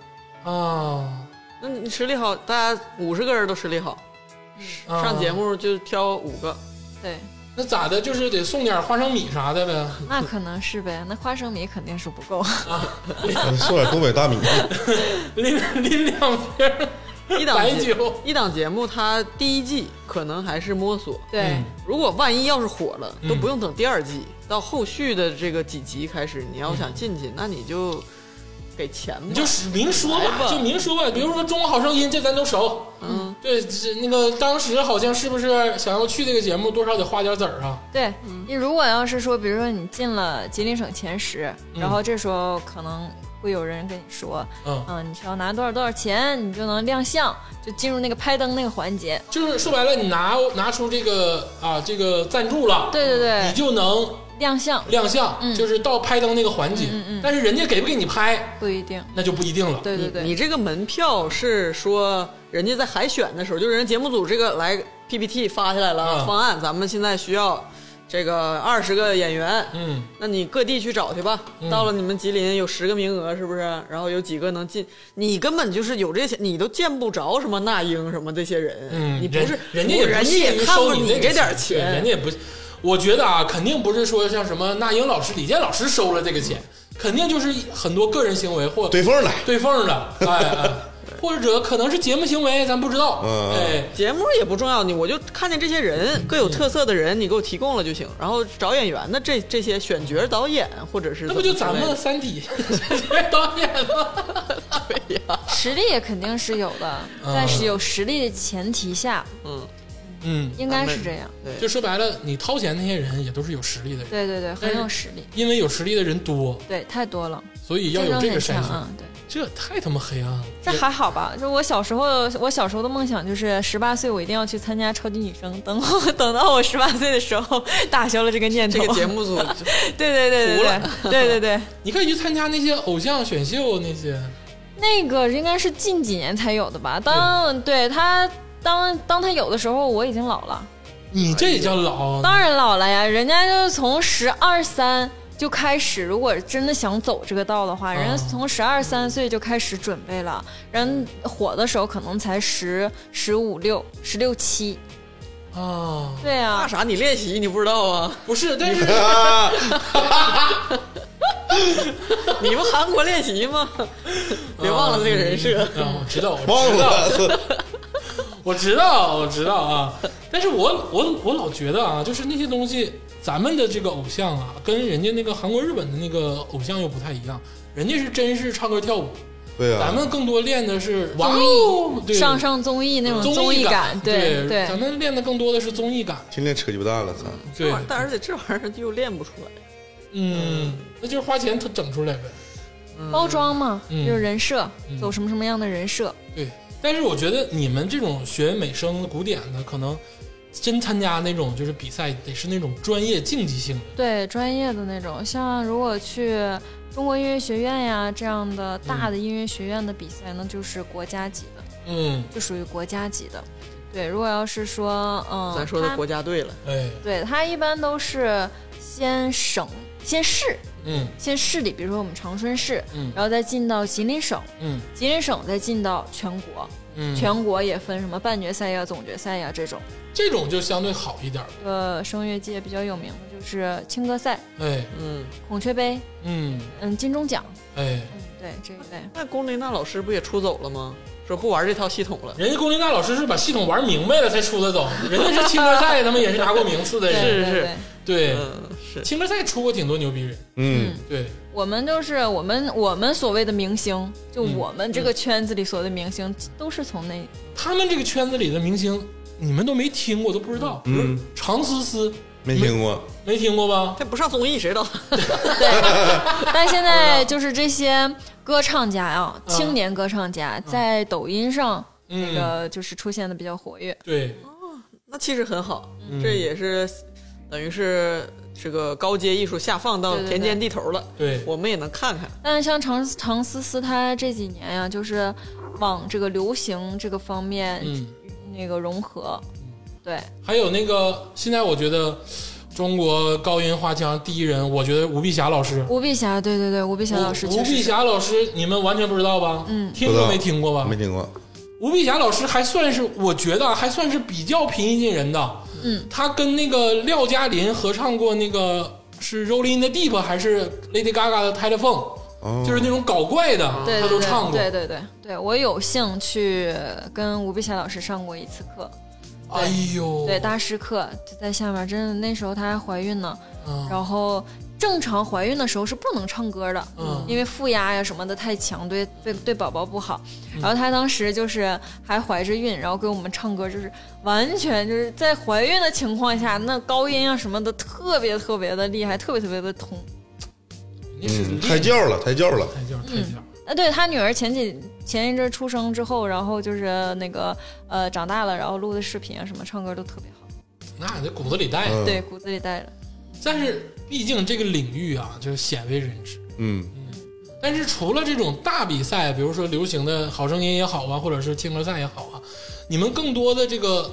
啊，那你实力好，大家五十个人都实力好，啊上节目就挑五个。对，那咋的？就是得送点花生米啥的呗。那可能是呗。那花生米肯定是不够。 送点东北大米， 拎拎两瓶儿一档 白 节酒，一档节目，它第一季可能还是摸索，对嗯，如果万一要是火了，嗯都不用等第二季，到后续的这个几集开始，你要想进去，那你就给钱吧。你就明说来吧，吧就明说吧。比如说《中国好声音》，这咱都熟。嗯，对，这那个当时好像是不是想要去这个节目，多少得花点子儿啊？对，你如果要是说，比如说你进了吉林省前十，嗯然后这时候可能会有人跟你说，嗯，嗯，你需要拿多少多少钱，你就能亮相，就进入那个拍灯那个环节。就是说白了，你拿拿出这个啊这个赞助了，对对你对，就能亮相亮相，嗯就是到拍灯那个环节。嗯嗯嗯但是人家给不给你拍，不一定。那就不一定了。对对对，你这个门票是说人家在海选的时候，就是人家节目组这个来 PPT 发下来了、啊方案，咱们现在需要这个二十个演员，嗯，那你各地去找去吧。到了你们吉林有十个名额，是不是？然后有几个能进？你根本就是有这些，你都见不着什么那英什么这些人。嗯，你不人是人家也人不家屑于也看收不你你这点钱，儿对钱，人家也嗯不。我觉得啊，肯定不是说像什么那英老师、李健老师收了这个钱，嗯肯定就是很多个人行为或对缝儿来。对缝 的，哎，哎或者可能是节目行为，咱不知道。嗯哎，节目也不重要，你我就看见这些人各有特色的人，你给我提供了就行。然后找演员的这这些选角、导演或者是那不就怎咱么之类们《的三体》 导演吗？对呀、实力也肯定是有的，但是有实力的前提下，嗯，嗯，应该是这样。就对，说白了，你掏钱那些人也都是有实力的人，对对对，很有实力。因为有实力的人多，对，太多了，所以要竞有争这个很筛强选啊。。对，这太他妈黑暗了。这还好吧？就我小时候，我小时候的梦想就是十八岁我一定要去参加超级女声。等我 等到我十八岁的时候，打消了这个念头。这个节目组 对对对服对了 对对对对，你可以去参加那些偶像选秀那些，那个应该是近几年才有的吧？当对他。当当他有的时候，我已经老了，你这也叫老？啊当然老了呀。人家就是从十二三就开始，如果真的想走这个道的嗯话，人家从十二三岁就开始准备了。人火的时候可能才十十五六、十六七，啊，对呀、那啥，你练习你不知道啊？不是，但 是啊，你不韩国练习吗？ 别忘了这个人设。啊，我知道，我忘知道，了，我知道，我知道啊。但是我我我老觉得啊，就是那些东西，咱们的这个偶像啊，跟人家那个韩国、日本的那个偶像又不太一样，人家是真是唱歌跳舞，对啊，咱们更多练的是哇综哦，对艺，上上综艺那种嗯综艺感，对对，咱们练的更多的是综艺感，天天扯鸡巴蛋了，操！对，但而且这玩意儿又练不出来，嗯，那就是花钱整出来呗。包装嘛，嗯就是人设嗯，走什么什么样的人设，对，但是我觉得你们这种学美声古典的，可能真参加那种就是比赛，得是那种专业竞技性的。对，专业的那种。像如果去中国音乐学院呀这样的大的音乐学院的比赛，那就是国家级的，嗯，就属于国家级的。对，如果要是说，嗯，咱说的它国家队了。哎，对它一般都是先省、先市、嗯先市里，比如说我们长春市，嗯然后再进到吉林省，嗯吉林省再进到全国，嗯，全国也分什么半决赛呀、总决赛呀这种。这种就相对好一点儿。呃，声乐界比较有名的就是青歌赛、哎，嗯，孔雀杯，嗯，嗯，金钟奖，哎，嗯，对这一类。那龚琳娜老师不也出走了吗？说不玩这套系统了。人家龚琳娜老师是把系统玩明白了才出的走，人家是青歌赛，他们也是拿过名次的人。是对对是对对，嗯，是青歌赛出过挺多牛逼人。嗯，对，我们就是我们我们所谓的明星，就嗯我们这个圈子里所谓的明星，都是从那嗯他们这个圈子里的明星，你们都没听过，都不知道。比如嗯常思思，没听过，没听过吧？他不上综艺谁知道？ 对，但现在就是这些歌唱家啊，嗯青年歌唱家在抖音上那嗯，个就是出现的比较活跃。对，那其实很好嗯，这也是等于是这个高阶艺术下放到对对田间地头了，对，我们也能看看。但是像常常思思，她这几年呀、就是往这个流行这个方面、嗯，那个融合，对，还有那个现在我觉得中国高音花腔第一人，我觉得吴碧霞老师，吴碧霞，对对对，吴碧霞老师吴吴确实碧是，霞老师你们完全不知道吧？嗯听都没听过吧？没听过。吴碧霞老师还算是，我觉得啊还算是比较平易近人的。嗯，她跟那个廖嘉林合唱过那个是《Rolling in the Deep》还是 Lady Gaga 的《Telephone》，哦，就是那种搞怪的，对啊她对都唱过。嗯对对对对对，我有幸去跟吴碧霞老师上过一次课，哎呦，对大师课就在下面，真的那时候她还怀孕呢，嗯然后正常怀孕的时候是不能唱歌的，嗯因为负压呀什么的太强，对对对宝宝不好。嗯然后她当时就是还怀着孕，然后给我们唱歌，就是完全就是在怀孕的情况下，那高音啊什么的特别特别的厉害，特别特别的通。那是嗯练抬轿了，抬轿了。抬轿，抬轿。啊，对她女儿前几前一阵出生之后，然后就是那个呃长大了，然后录的视频啊什么，唱歌都特别好，那你这骨子里带。嗯对，骨子里带着。但是毕竟这个领域啊，就是鲜为人知。 嗯，但是除了这种大比赛，比如说流行的好声音也好啊，或者是青歌赛也好啊，你们更多的这个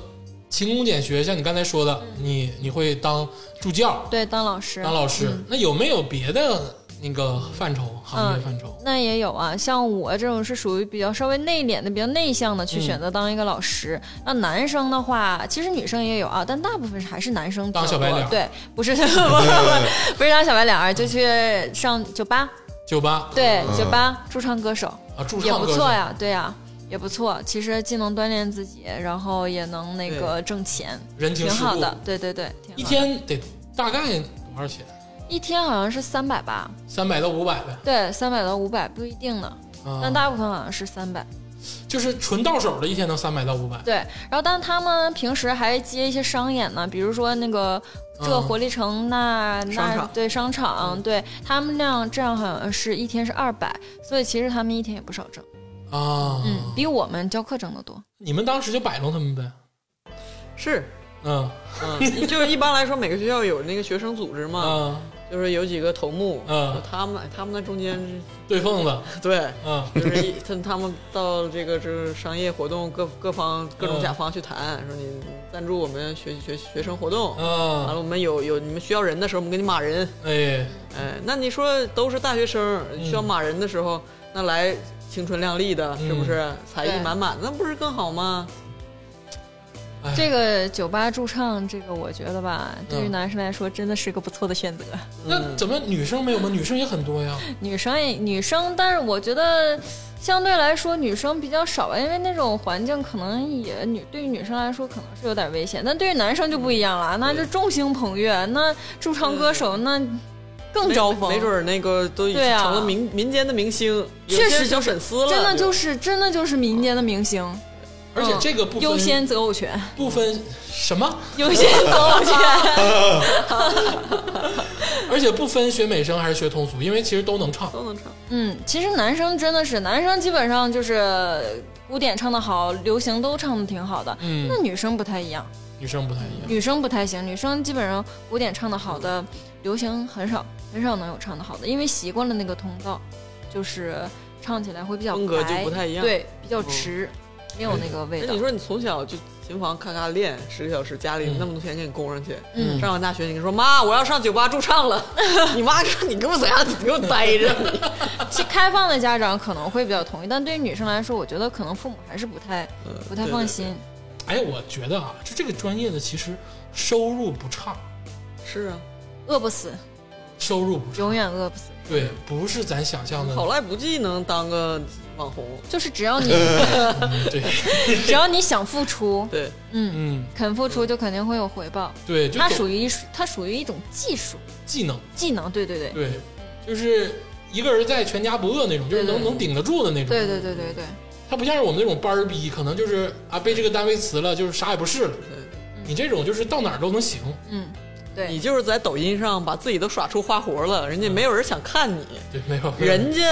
勤工俭学，像你刚才说的，嗯你你会当助教、对，当老师，当老师，那有没有别的那个范畴、行业嗯范畴？那也有啊，像我这种是属于比较稍微内敛的、比较内向的，嗯去选择当一个老师。那男生的话，其实女生也有啊，但大部分还是男生比较当小白多脸儿对，不 是不 是不是当小白脸儿，就去上酒吧，酒吧对，嗯酒吧驻唱歌手啊，驻也唱不歌手错呀，对呀。也不错，其实既能锻炼自己，然后也能那个挣钱，人情挺世好故，的。对对对，挺好的一天得大概多少钱？一天好像是三百吧，三百到五百呗。对，三百到五百不一定呢，但啊，大部分好像是三百。就是纯到手的，一天能三百到五百。对，然后但他们平时还接一些商演呢，比如说那个这嗯活力城那、商那场对商场，对他们那样这样好像是一天是二百，所以其实他们一天也不少挣，啊，嗯，比我们教课挣得多。你们当时就摆弄他们呗。 是，嗯嗯，就是一般来说每个学校有那个学生组织啊嘛，嗯就是有几个头目，嗯，他们他们那中间是 对缝子，对。嗯就是一他他们到这个就是商业活动各各方各种甲方去谈，说你赞助我们学学学生活动，完了嗯，我们有有你们需要人的时候，我们给你码人。哎。哎，那你说都是大学生，需要码人的时嗯候，那来青春靓丽的，是不是才艺对满满，那不是更好吗？哎 这个酒吧驻唱，这个我觉得吧，对于嗯男生来说真的是个不错的选择。那怎么女生没有吗？女生也很多呀。女生也女生，但是我觉得相对来说女生比较少吧，因为那种环境可能也女对于女生来说可能是有点危险，但对于男生就不一样嗯了，那就众星捧月，那驻唱歌手那更没招风，没准儿那个都已经对啊成了民、民间的明星，有确些实小粉丝了，真的就是真的就是民间的明星，而且这个不分嗯优先择偶 权，不分什么，优先择偶权，而且不分学美声还是学通俗，因为其实都能唱。都能唱。嗯，其实男生真的是男生基本上就是古典唱的好，流行都唱的挺好的，嗯那，女生不太一样。女生不太一样。女生不太行，女生基本上古典唱的好的，流行很少，很少能有唱的好的，因为习惯了那个通道，就是唱起来会比较风格就白不太一样哦哎对，比较直，没有那个味那道你。说你从小就琴房咔咔练十个小时，家里嗯那么多钱给你供上去，嗯上完大学你说妈，我要上酒吧驻唱 了，你妈说你给我在家给我待着，其开放的家长可能会比较同意，但对于女生来说，我觉得可能父母还是不太嗯不太放，心。哎，我觉得啊，就这个专业的其实收入不差，对对对是啊，饿不死，收入不差。永远饿不死，对，不是咱想象的。好赖不济能当个网红，就是 只要你 对，只要你想付出，对，嗯，嗯，肯付出就肯定会有回报。对，就它总属于一它属于一种技术技能。技能，对对对对，就是一个人在全家不饿那种，就是对对能能顶得住的那种。对对对对对。他不像是我们那种班儿逼，可能就是啊被这个单位辞了，就是啥也不是了。你这种就是到哪儿都能行。嗯，对，你就是在抖音上把自己都耍出花活了，人家没有人想看你。嗯对，没有人家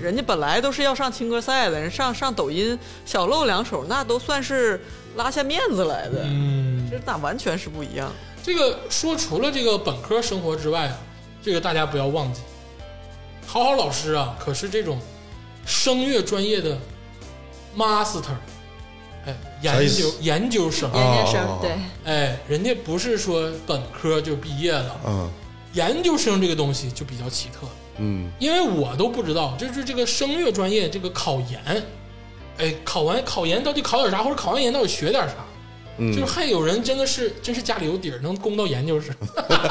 人家本来都是要上青歌赛的，人上上抖音小露两手，那都算是拉下面子来的，嗯，这那完全是不一样。这个说除了这个本科生活之外，啊这个大家不要忘记，好好老师啊，可是这种声乐专业的 master，哎，啥意研思究研究生，啊研究哦生对，哎，人家不是说本科就毕业了，嗯研究生这个东西就比较奇特，嗯因为我都不知道，就是这个声乐专业这个考研，哎，考完考研到底考点啥，或者考完研到底学点啥，就是嗯，还有人真的是真是家里有底儿，能攻到研究生。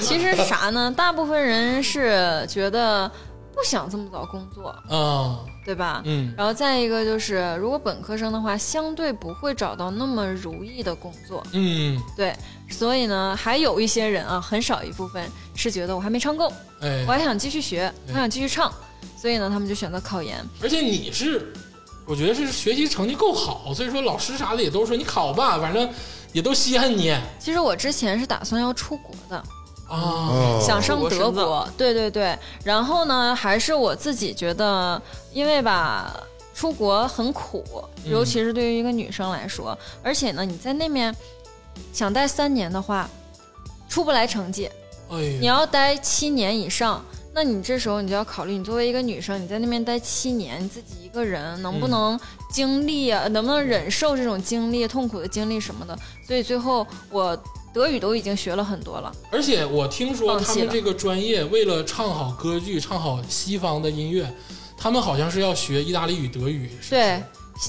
其实啥呢？大部分人是觉得不想这么早工作，啊，对吧？嗯然后再一个就是，如果本科生的话，相对不会找到那么如意的工作，嗯，对。所以呢，还有一些人啊，很少一部分是觉得我还没唱够，哎我，还想继续学，嗯还想继续唱，所以呢，他们就选择考研。而且你是，我觉得是学习成绩够好，所以说老师啥的也都说你考吧，反正也都稀罕你啊。其实我之前是打算要出国的，哦想上德出国深造国，对对对。然后呢，还是我自己觉得，因为吧，出国很苦，嗯尤其是对于一个女生来说，而且呢，你在那面想待三年的话，出不来成绩，哎你呀，要待七年以上。那你这时候你就要考虑，你作为一个女生，你在那边待七年，你自己一个人能不嗯能经历啊？能不能忍受这种经历、痛苦的经历什么的？所以最后我德语都已经学了很多了，而且我听说他放弃们了这个专业为了唱好歌剧、唱好西方的音乐，他们好像是要学意大利语、德语。是不是对，，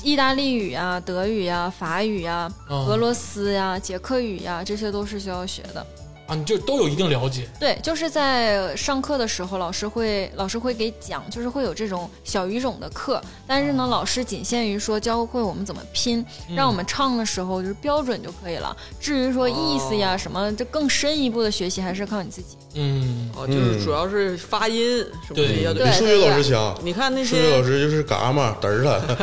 意大利语呀、德语呀、法语呀、嗯、俄罗斯呀、捷克语呀，这些都是需要学的。啊，你就都有一定了解。对，就是在上课的时候，老师会老师会给讲，就是会有这种小语种的课，但是呢，老师仅限于说教会我们怎么拼，让我们唱的时候就是标准就可以了。至于说意思呀、什么，这更深一步的学习还是靠你自己。嗯，哦，就是嗯主要是发音什么的对要比数学老师强，你看那数学老些师就是嘎嘛嘚儿 他，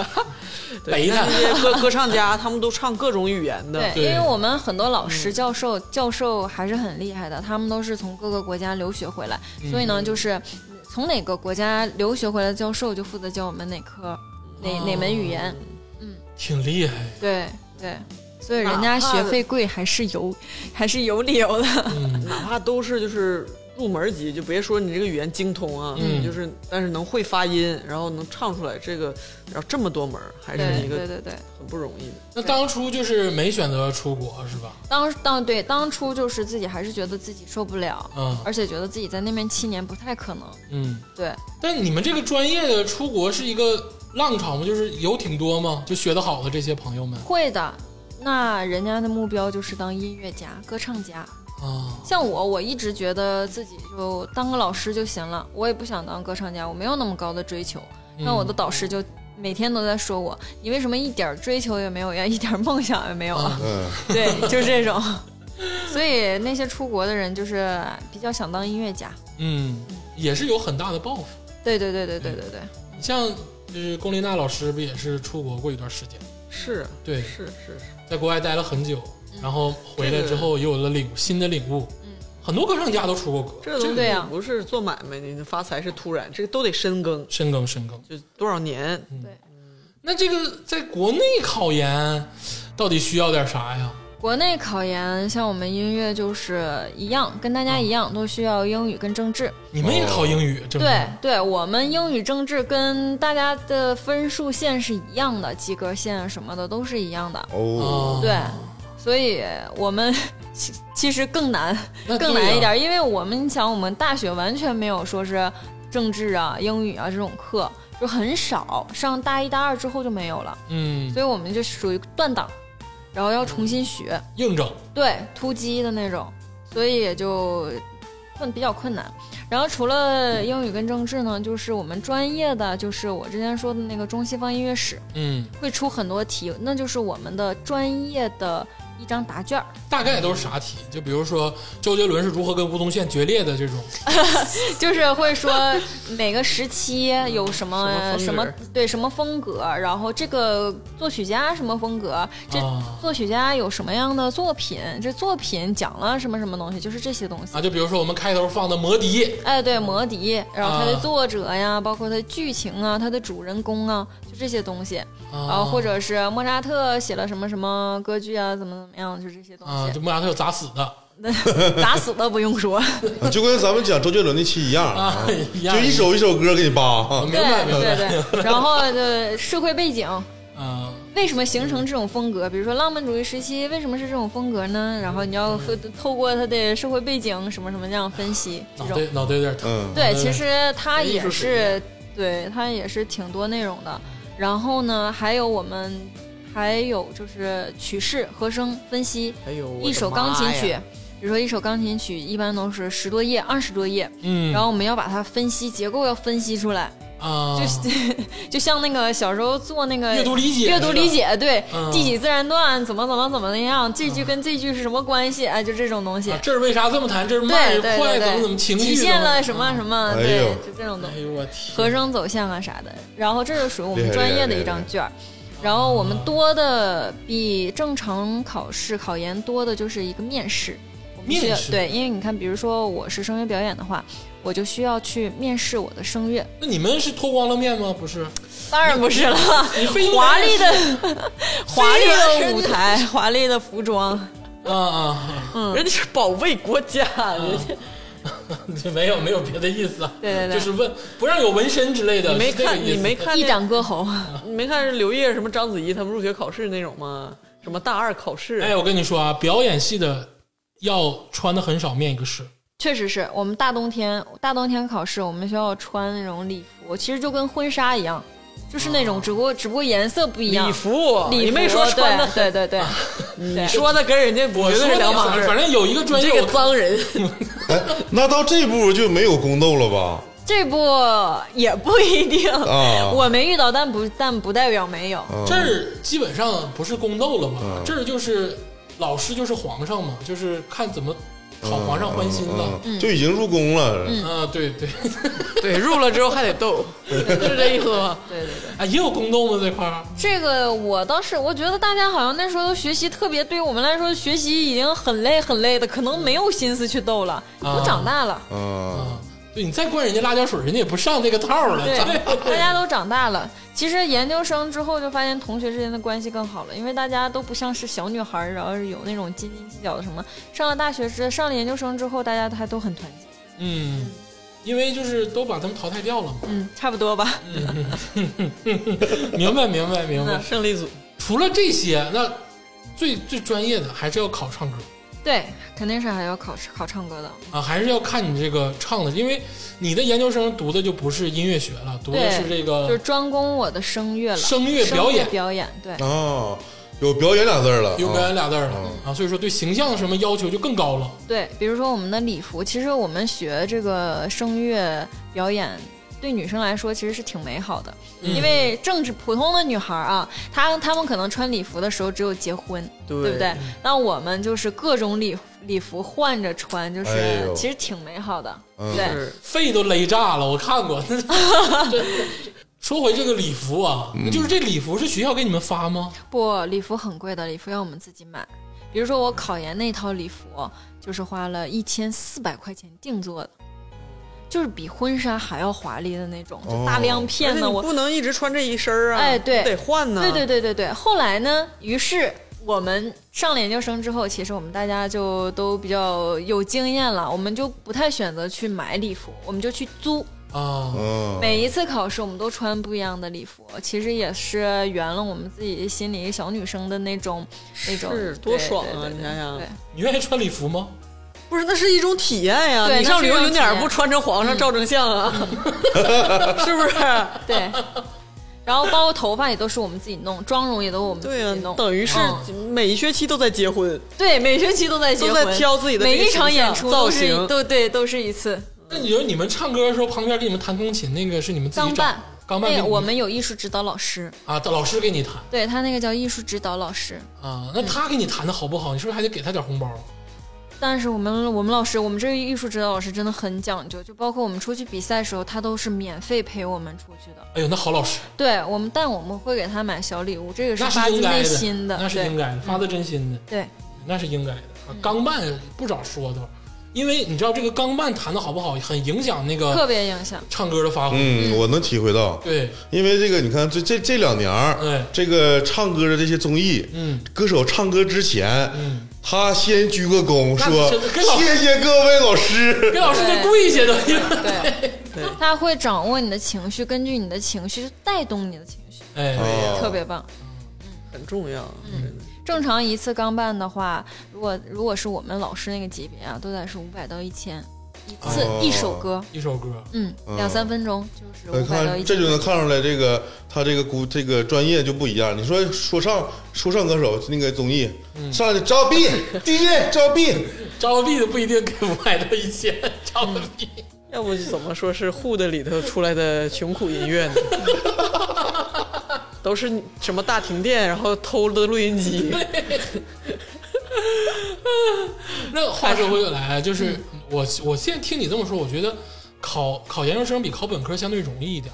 背对，你看的那些歌歌唱家，他们都唱各种语言 的对，，对因为我们很多老师、教授、教授还是很厉害的，他们都是从各个国家留学回来，所以呢，就是从哪个国家留学回来的教授就负责教我们哪科、哪、哪门语言。挺厉害。对对，所以人家哪怕学费贵还是有还是有理由的。嗯哪怕都是就是入门级，就别说你这个语言精通啊，嗯就是但是能会发音，然后能唱出来这个，然后这么多门儿，还是对一对个对对，很不容易的。那当初就是没选择出国是吧？当当对当初就是自己还是觉得自己受不了，嗯而且觉得自己在那边七年不太可能。嗯，对，但你们这个专业的出国是一个浪潮吗？就是有挺多吗？就学得好的这些朋友们会的。那人家的目标就是当音乐家、歌唱家。啊，像我，我一直觉得自己就当个老师就行了，我也不想当歌唱家，我没有那么高的追求。嗯嗯那我的导师就每天都在说我，你为什么一点儿追求也没有呀，一点儿梦想也没有啊？嗯， 对，就这种。所以那些出国的人就是比较想当音乐家。嗯，也是有很大的抱负。对对对对对对对，你像就是龚琳娜老师不也是出国过一段时间？是啊对，是是是，在国外待了很久，然后回来之后又有了领新的领悟。嗯，很多歌唱家都出过国，这东对呀西不是做买卖，你的发财是突然，这个都得深耕，深耕深耕。就多少年。那这个在国内考研到底需要点啥呀？国内考研像我们音乐就是一样，跟大家一样都需要英语跟政治。你们也考英语，真对对，我们英语政治跟大家的分数线是一样的，及格线什么的都是一样的。哦啊，对，所以我们 其其实更难，那更呃对呀难一点，因为我们你想，我们大学完全没有说是政治啊、英语啊这种课，就很少。上大一大二之后就没有了，嗯，所以我们就属于断档，然后要重新学，硬整。对，突击的那种，所以也就困比较困难。然后除嗯了英语跟政治呢，就是我们专业的，就是我之前说的那个中西方音乐史，嗯，会出很多题，那就是我们的专业的一张答卷儿。大概都是啥题？就比如说周杰伦是如何跟吴宗宪决裂的这种。就是会说每个时期嗯有什么什什么么风格对什么风格，然后这个作曲家什么风格，这啊作曲家有什么样的作品，这作品讲了什么什么东西，就是这些东西啊，。就比如说我们开头放的《魔笛》，哎，对，魔笛，然后它的啊作者呀，包括它的剧情啊，它的主人公啊，就这些东西，啊啊，或者是莫扎特写了什么什么歌剧啊，怎么怎么样，就这些东啊，西这，莫扎特有砸死的砸死的不用说，啊就跟咱们讲周杰伦那期一样，啊， 一样 就一首一首歌给你扒啊明 对白明对白，对。然后呃，社会背景嗯，为什么形成这种风格？比如说浪漫主义时期为什么是这种风格呢？然后你要会透过他的社会背景什么什么这样分析这脑种袋。脑袋有点疼，嗯，对，嗯其实它艺术也水是，对它也是挺多内容的。然后呢，还有我们还有就是曲式、和声分析，哎呦，我的一首钢琴妈呀曲，比如说一首钢琴曲，一般都是十多页、二十多页，嗯，然后我们要把它分析结构要分析出来，啊，就 就像那个小时候做那个阅读理解，阅读理，解，对嗯，第几自然段怎么怎么怎么那样，这句跟这句是什么关系？哎，就这种东西啊，，这儿为啥这么弹？这儿慢对对快对怎对，么怎么情绪啊体现怎么了什么什么，哎对呦，就这种东西哎。呦我天，和声走向啊啥的。然后这就属于我厉们害专业厉的害一张卷儿。然后我们多的比正常考试考研多的就是一个面试，我们需要面试对，因为你看，比如说我是声乐表演的话，我就需要去面试我的声乐，那你们是脱光了面吗？不是，当然不是了， 你非应该华丽的华丽的舞台，华丽的服装，啊啊， 哎人家是保卫国家，嗯人家这没有没有别的意思啊，对对对就是问不让有纹身之类的，你没是这个看意你思没看一那展歌喉，你没看是刘烨什么章子怡他们入学考试那种吗？什么大二考试？哎，我跟你说啊，表演系的要穿的很少，面一个试。确实是我们大冬天大冬天考试，我们需要穿那种礼服，其实就跟婚纱一样，就是那种，只不过只不过颜色不一样哦礼。服，礼你服没说穿的啊很，对对对对，对你说的跟人家我绝说对是的两码反事反儿。正有一个你专业这我个脏人，哎，那到这步就没有宫斗了吧？这不也不一 定啊我没遇到，但不但不代表没有。嗯这儿基本上不是宫斗了吧？这儿就是老师就是皇上嘛，就是看怎么讨皇上欢心了。嗯就已经入宫了。啊，对对， 对，入了之后还得 斗，是这意思吗？对对对，啊，也有宫斗吗？这块儿这个我倒是，我觉得大家好像那时候学习特别，对于我们来说学习已经很累很累的，可能没有心思去斗了。啊都长大了，嗯，啊，对你再灌人家辣椒水，人家也不上这个套了。对对， 大家都长大了。其实研究生之后就发现同学之间的关系更好了，因为大家都不像是小女孩儿，然后有那种斤斤计较的什么。上了大学之上了研究生之后，大家还都很团结。嗯，因为就是都把他们淘汰掉了嘛。嗯，差不多吧。嗯明白，明白，明白。嗯胜利组，除了这些，那最最专业的还是要考唱歌。对，肯定是还要考试考唱歌的。啊，还是要看你这个唱的，因为你的研究生读的就不是音乐学了，读的是这就是个专攻我的声乐了，嗯声乐表演声乐表演对，啊，有表演俩字儿了。嗯有表演啊俩字儿了啊，所以说对形象什么要求就更高了。对，比如说我们的礼服，其实我们学这个声乐表演。对女生来说其实是挺美好的，嗯因为正值普通的女孩啊，她她们可能穿礼服的时候只有结婚，对对不对？那我们就是各种礼礼服换着穿，就是、哎呦其实挺美好的。嗯对，是肺都勒炸了，我看过。 这 说回这个礼服啊，就是这礼服是学校给你们发吗？不，礼服很贵的，礼服要我们自己买。比如说我考研那套礼服，就是花了一千四百块钱定做的，就是比婚纱还要华丽的那种，就大量而片且呢。哎你我，不能一直穿这一身儿啊！哎对你得换呢。对对对对对。后来呢，于是我们上了研究生之后，其实我们大家就都比较有经验了，我们就不太选择去买礼服，我们就去租。啊，哦嗯，每一次考试，我们都穿不一样的礼服，其实也是圆了我们自己心里小女生的那种那种，是对多爽啊对对你想想对你愿意穿礼服吗？不是，那是一种体验呀、对你上旅游景点那是儿一种体验嗯不穿成皇上照成像啊？ 是不是？对，然后包括头发也都是我们自己弄，妆容也都我 们自对啊己呀、弄，嗯等于是每一学期都在结婚。对每学期都在结都婚，在挑自己的这个每一场形象演出造都是一型都对，都是一次那你说你们唱歌的时候，旁边给你们弹钢琴那个是你们自己钢找伴。钢伴给那你个哎我们有艺术指导老师，啊，老师给你弹对他那个叫艺术指导老师，啊，嗯那他给你弹的好不好？你是不是还得给他点红包啊？但是我们我们老师，我们这个艺术指导老师真的很讲究，就包括我们出去比赛的时候，他都是免费陪我们出去的。哎呦，那好老师，对我们，但我们会给他买小礼物，这个那发应自该内的，心那是应对嗯该的，发自真心的，对那是应该的。啊钢伴不找说道，因为你知道这个钢伴弹的好不好，很影响那特个别影响。唱歌的发挥。嗯，我能体会到，对，因为这个你看，这这这两年儿哎这个唱歌的这些综艺，嗯，歌手唱歌之前，嗯，他先鞠个躬，那说是给老谢谢各位老师。给老师得跪下都，因为对，对，他会掌握你的情绪，根据你的情绪带动你的情绪，哎，啊特别棒。很重要。嗯正常一次钢办的话，如果如果是我们老师那个级别啊，都得是五百到一千一次、哦一首歌，一首歌，嗯，嗯两三分钟就是呃五百到看一这千就。能看出来，这个他这个估这个专业就不一样。你说说唱说唱歌手那个综艺，嗯上去招 聘 DJ 招聘，招个屁都不一定给五百到一千，招个屁。要不怎么说是 Hood 里头出来的穷苦音乐呢？都是什么大停电，然后偷的录音机，那话说回来，嗯就是我我现在听你这么说，我觉得考考研究生比考本科相对容易一点，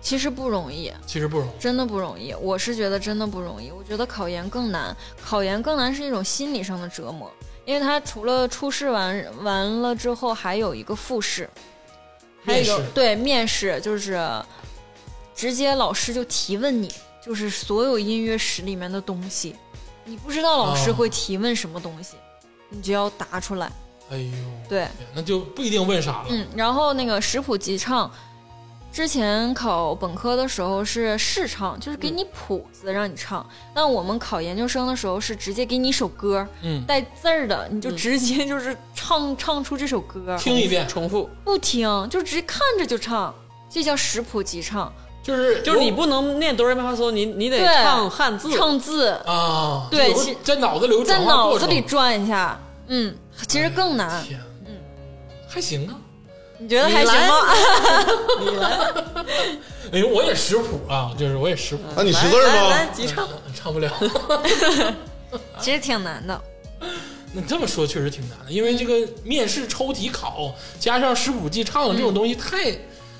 其实不容易，其实不容易。真的不容易。我是觉得真的不容易。我觉得考研更难，考研更难是一种心理上的折磨，因为它除了初试完完了之后，还有一个复试，还有面一个试对面试，就是直接老师就提问你，就是所有音乐史里面的东西，你不知道老师哦会提问什么东西，你就要答出来。哎呦，对，那就不一定问啥了。嗯，然后那个食谱集唱，之前考本科的时候是试唱，就是给你谱子让你唱；那我们考研究生的时候是直接给你一首歌，嗯，带字儿的，你就直接就是唱、唱出这首歌，听一遍，重复，不听就直接看着就唱，这叫食谱集唱，就是就是你不能念哆来咪发嗦，你你得对唱汉字，唱字啊，对有个其在脑子里有在转化脑过子程里转一下，嗯，其实更难，天，嗯，还行啊。你觉得还行吗？你来吧，哎呦，我也识谱啊，就是我也识谱，那你识字儿来来来吗？急唱，嗯唱不了。 其实挺难的，那这么说确实挺难的，因为这个面试抽题考加上识谱记唱这种嗯东西太，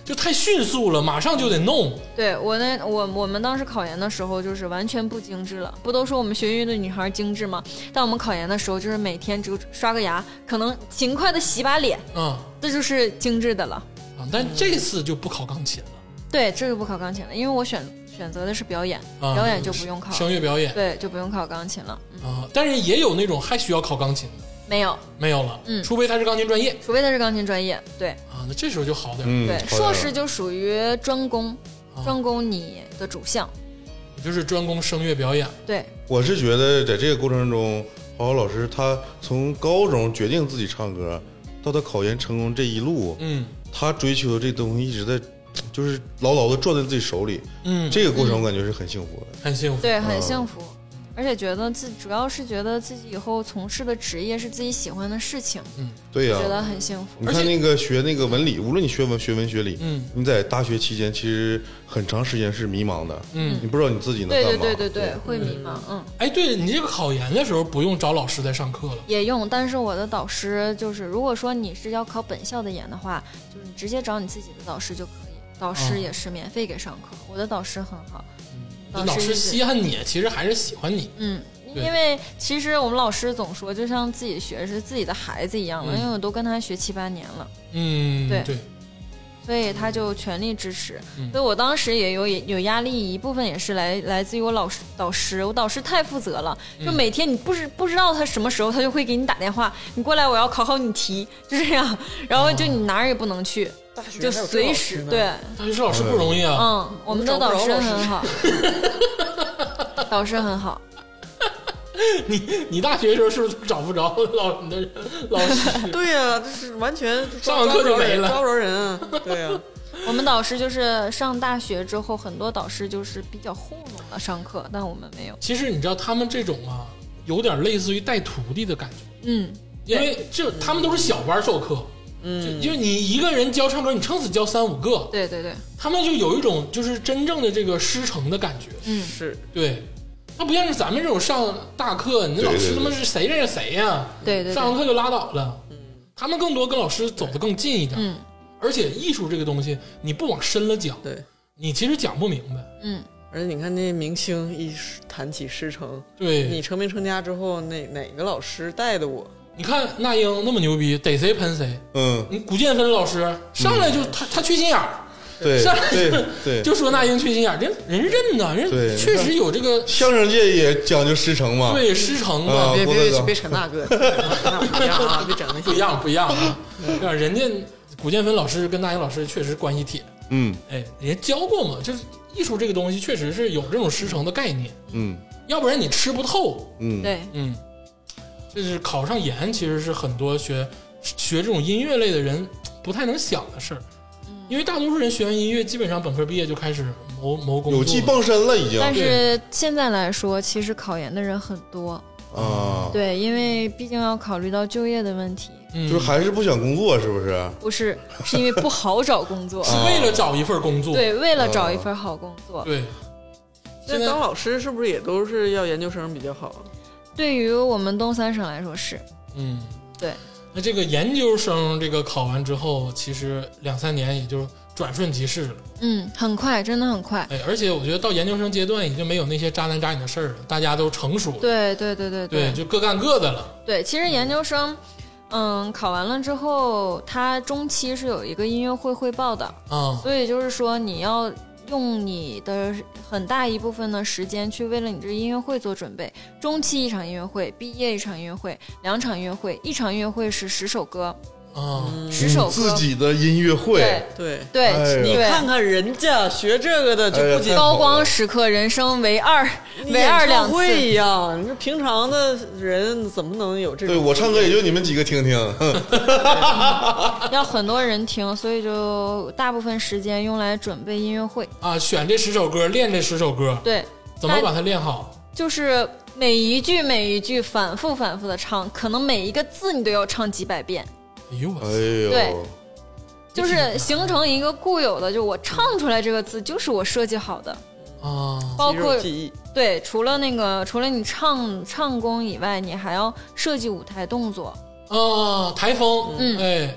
就太迅速了，马上就得弄。对我那我我们当时考研的时候就是完全不精致了，不都说我们学音乐的女孩精致吗？但我们考研的时候就是每天只刷个牙，可能勤快的洗把脸，啊这就是精致的了。啊！但这次就不考钢琴了，对，这就不考钢琴了，因为我选选择的是表演，啊表演就不用考，声乐表演对，就不用考钢琴了。嗯，啊，但是也有那种还需要考钢琴的，没有，没有了，嗯除非他是钢琴专业除非他是钢琴专业，对啊，那这时候就好点儿，嗯对，，好啊点硕儿士了就属于专攻，专攻你的主项，就是专攻声乐表演。对，我是觉得在这个过程中，郝好老师他从高中决定自己唱歌，到他考研成功这一路，嗯他追求的这东西一直在，就是牢牢的攥在自己手里。嗯，这个过程我感觉是很幸福的。很幸福。对，很嗯幸福，而且觉得自主要是觉得自己以后从事的职业是自己喜欢的事情，对啊呀、觉得很幸福。你看那个学那个文理，无论你学文学文学理，嗯你在大学期间其实很长时间是迷茫的，嗯你不知道你自己能对干对嘛。对对对，会迷茫，嗯，哎，对你这个考研的时候不用找老师在上课了，也用。但是我的导师就是，如果说你是要考本校的研的话，就是你直接找你自己的导师就可以，导哦师也是免费给上课。我的导师很好，这老师师一直稀罕你，其实还是喜欢你。嗯。对因为其实我们老师总说，就像自己学是自己的孩子一样了，嗯因为我都跟他学七八年了，嗯，对对，所以他就全力支持。嗯所以我当时也有也有压力，一部分也是来来自于我老师导师，我导师太负责了，就每天你不知不知道他什么时候，他就会给你打电话，你过来我要考考你题，就这样，然后就你哪儿也不能去，大哦学就还有这随老时师呢对，，大学生老师不容易啊。嗯，我们的导师很好，导师很好，嗯你你大学的时候是不是都找不着老你的老师？ 对呀、这是完全上完课就没了抓不着人啊，对呀、我们导师就是上大学之后，很多导师就是比较糊弄了上课，但我们没有，其实你知道他们这种啊，有点类似于带徒弟的感觉，嗯，因为这他们都是小班授课，嗯，就是你一个人教唱歌，你撑死教三五个，对对对，他们就有一种就是真正的这个师承的感觉，嗯，是对。他不像是咱们这种上大课，你那老师对对对他妈是谁认识谁呀、对对上完对，课就拉倒了。他们更多跟老师走得更近一点，嗯而且艺术这个东西，你不往深了讲，对。你其实讲不明白。嗯。而且你看那明星一谈起师承，对，你成名成家之后，哪哪个老师带的我？你看那英那么牛逼，逮谁喷谁。嗯，你古建芬老师上来就、他他缺心眼儿，对上来对就嗯对，就说那英缺心眼儿，人人认呐，人对确实有这个相声界也讲究师承嘛。对师承啊啊，别郭德别别纲别扯那个，那不一样啊，别整那不一些。样不一样啊。对吧人家古建芬老师跟那英老师确实关系铁，嗯哎，人家教过嘛，就是艺术这个东西确实是有这种师承的概念，嗯要不然你吃不透。嗯，对，嗯，就是考上研其实是很多学学这种音乐类的人不太能想的事儿，因为大多数人学完音乐，基本上本科毕业就开始谋谋工作，有技傍身了已经但是现在来说，其实考研的人很多，啊，对，因为毕竟要考虑到就业的问题，嗯，就是还是不想工作，是不是？不是是因为不好找工作，是嗯为了找一份工作。 对，为了找一份好工作。对，那现在当老师是不是也都是要研究生比较好？对于我们东三省来说是，嗯，对，那这个研究生这个考完之后，其实两三年也就转瞬即逝了。嗯，很快，真的很快。哎，而且我觉得到研究生阶段，已经没有那些渣男渣女的事儿了，大家都成熟了，对对对对对，就各干各的了。对，其实研究生，嗯，考完了之后，他中期是有一个音乐会汇报的，啊、所以就是说你要用你的很大一部分的时间去为了你这音乐会做准备。中期一场音乐会，毕业一场音乐会，两场音乐会，一场音乐会是十首歌，啊、十首你歌，自己的音乐会，对对，对、哎呀对。看看人家学这个的就哎呀不仅太好高光时刻，人生唯二，唯演二唱两会次。一样，你说平常的人怎么能有这种？对我唱歌也就你们几个听 听，要很多人听，所以就大部分时间用来准备音乐会。啊！选这十首歌，练这十首歌，对，怎么把它练好？就是每一句每一句反复反复的唱，可能每一个字你都要唱几百遍，哎呦我操！哎对呦，就是形成一个固有的，就我唱出来这个字就是我设计好的，啊，包肌括肉记忆，对，除了那个除了你唱唱功以外，你还要设计舞台动作。啊，台风，嗯哎，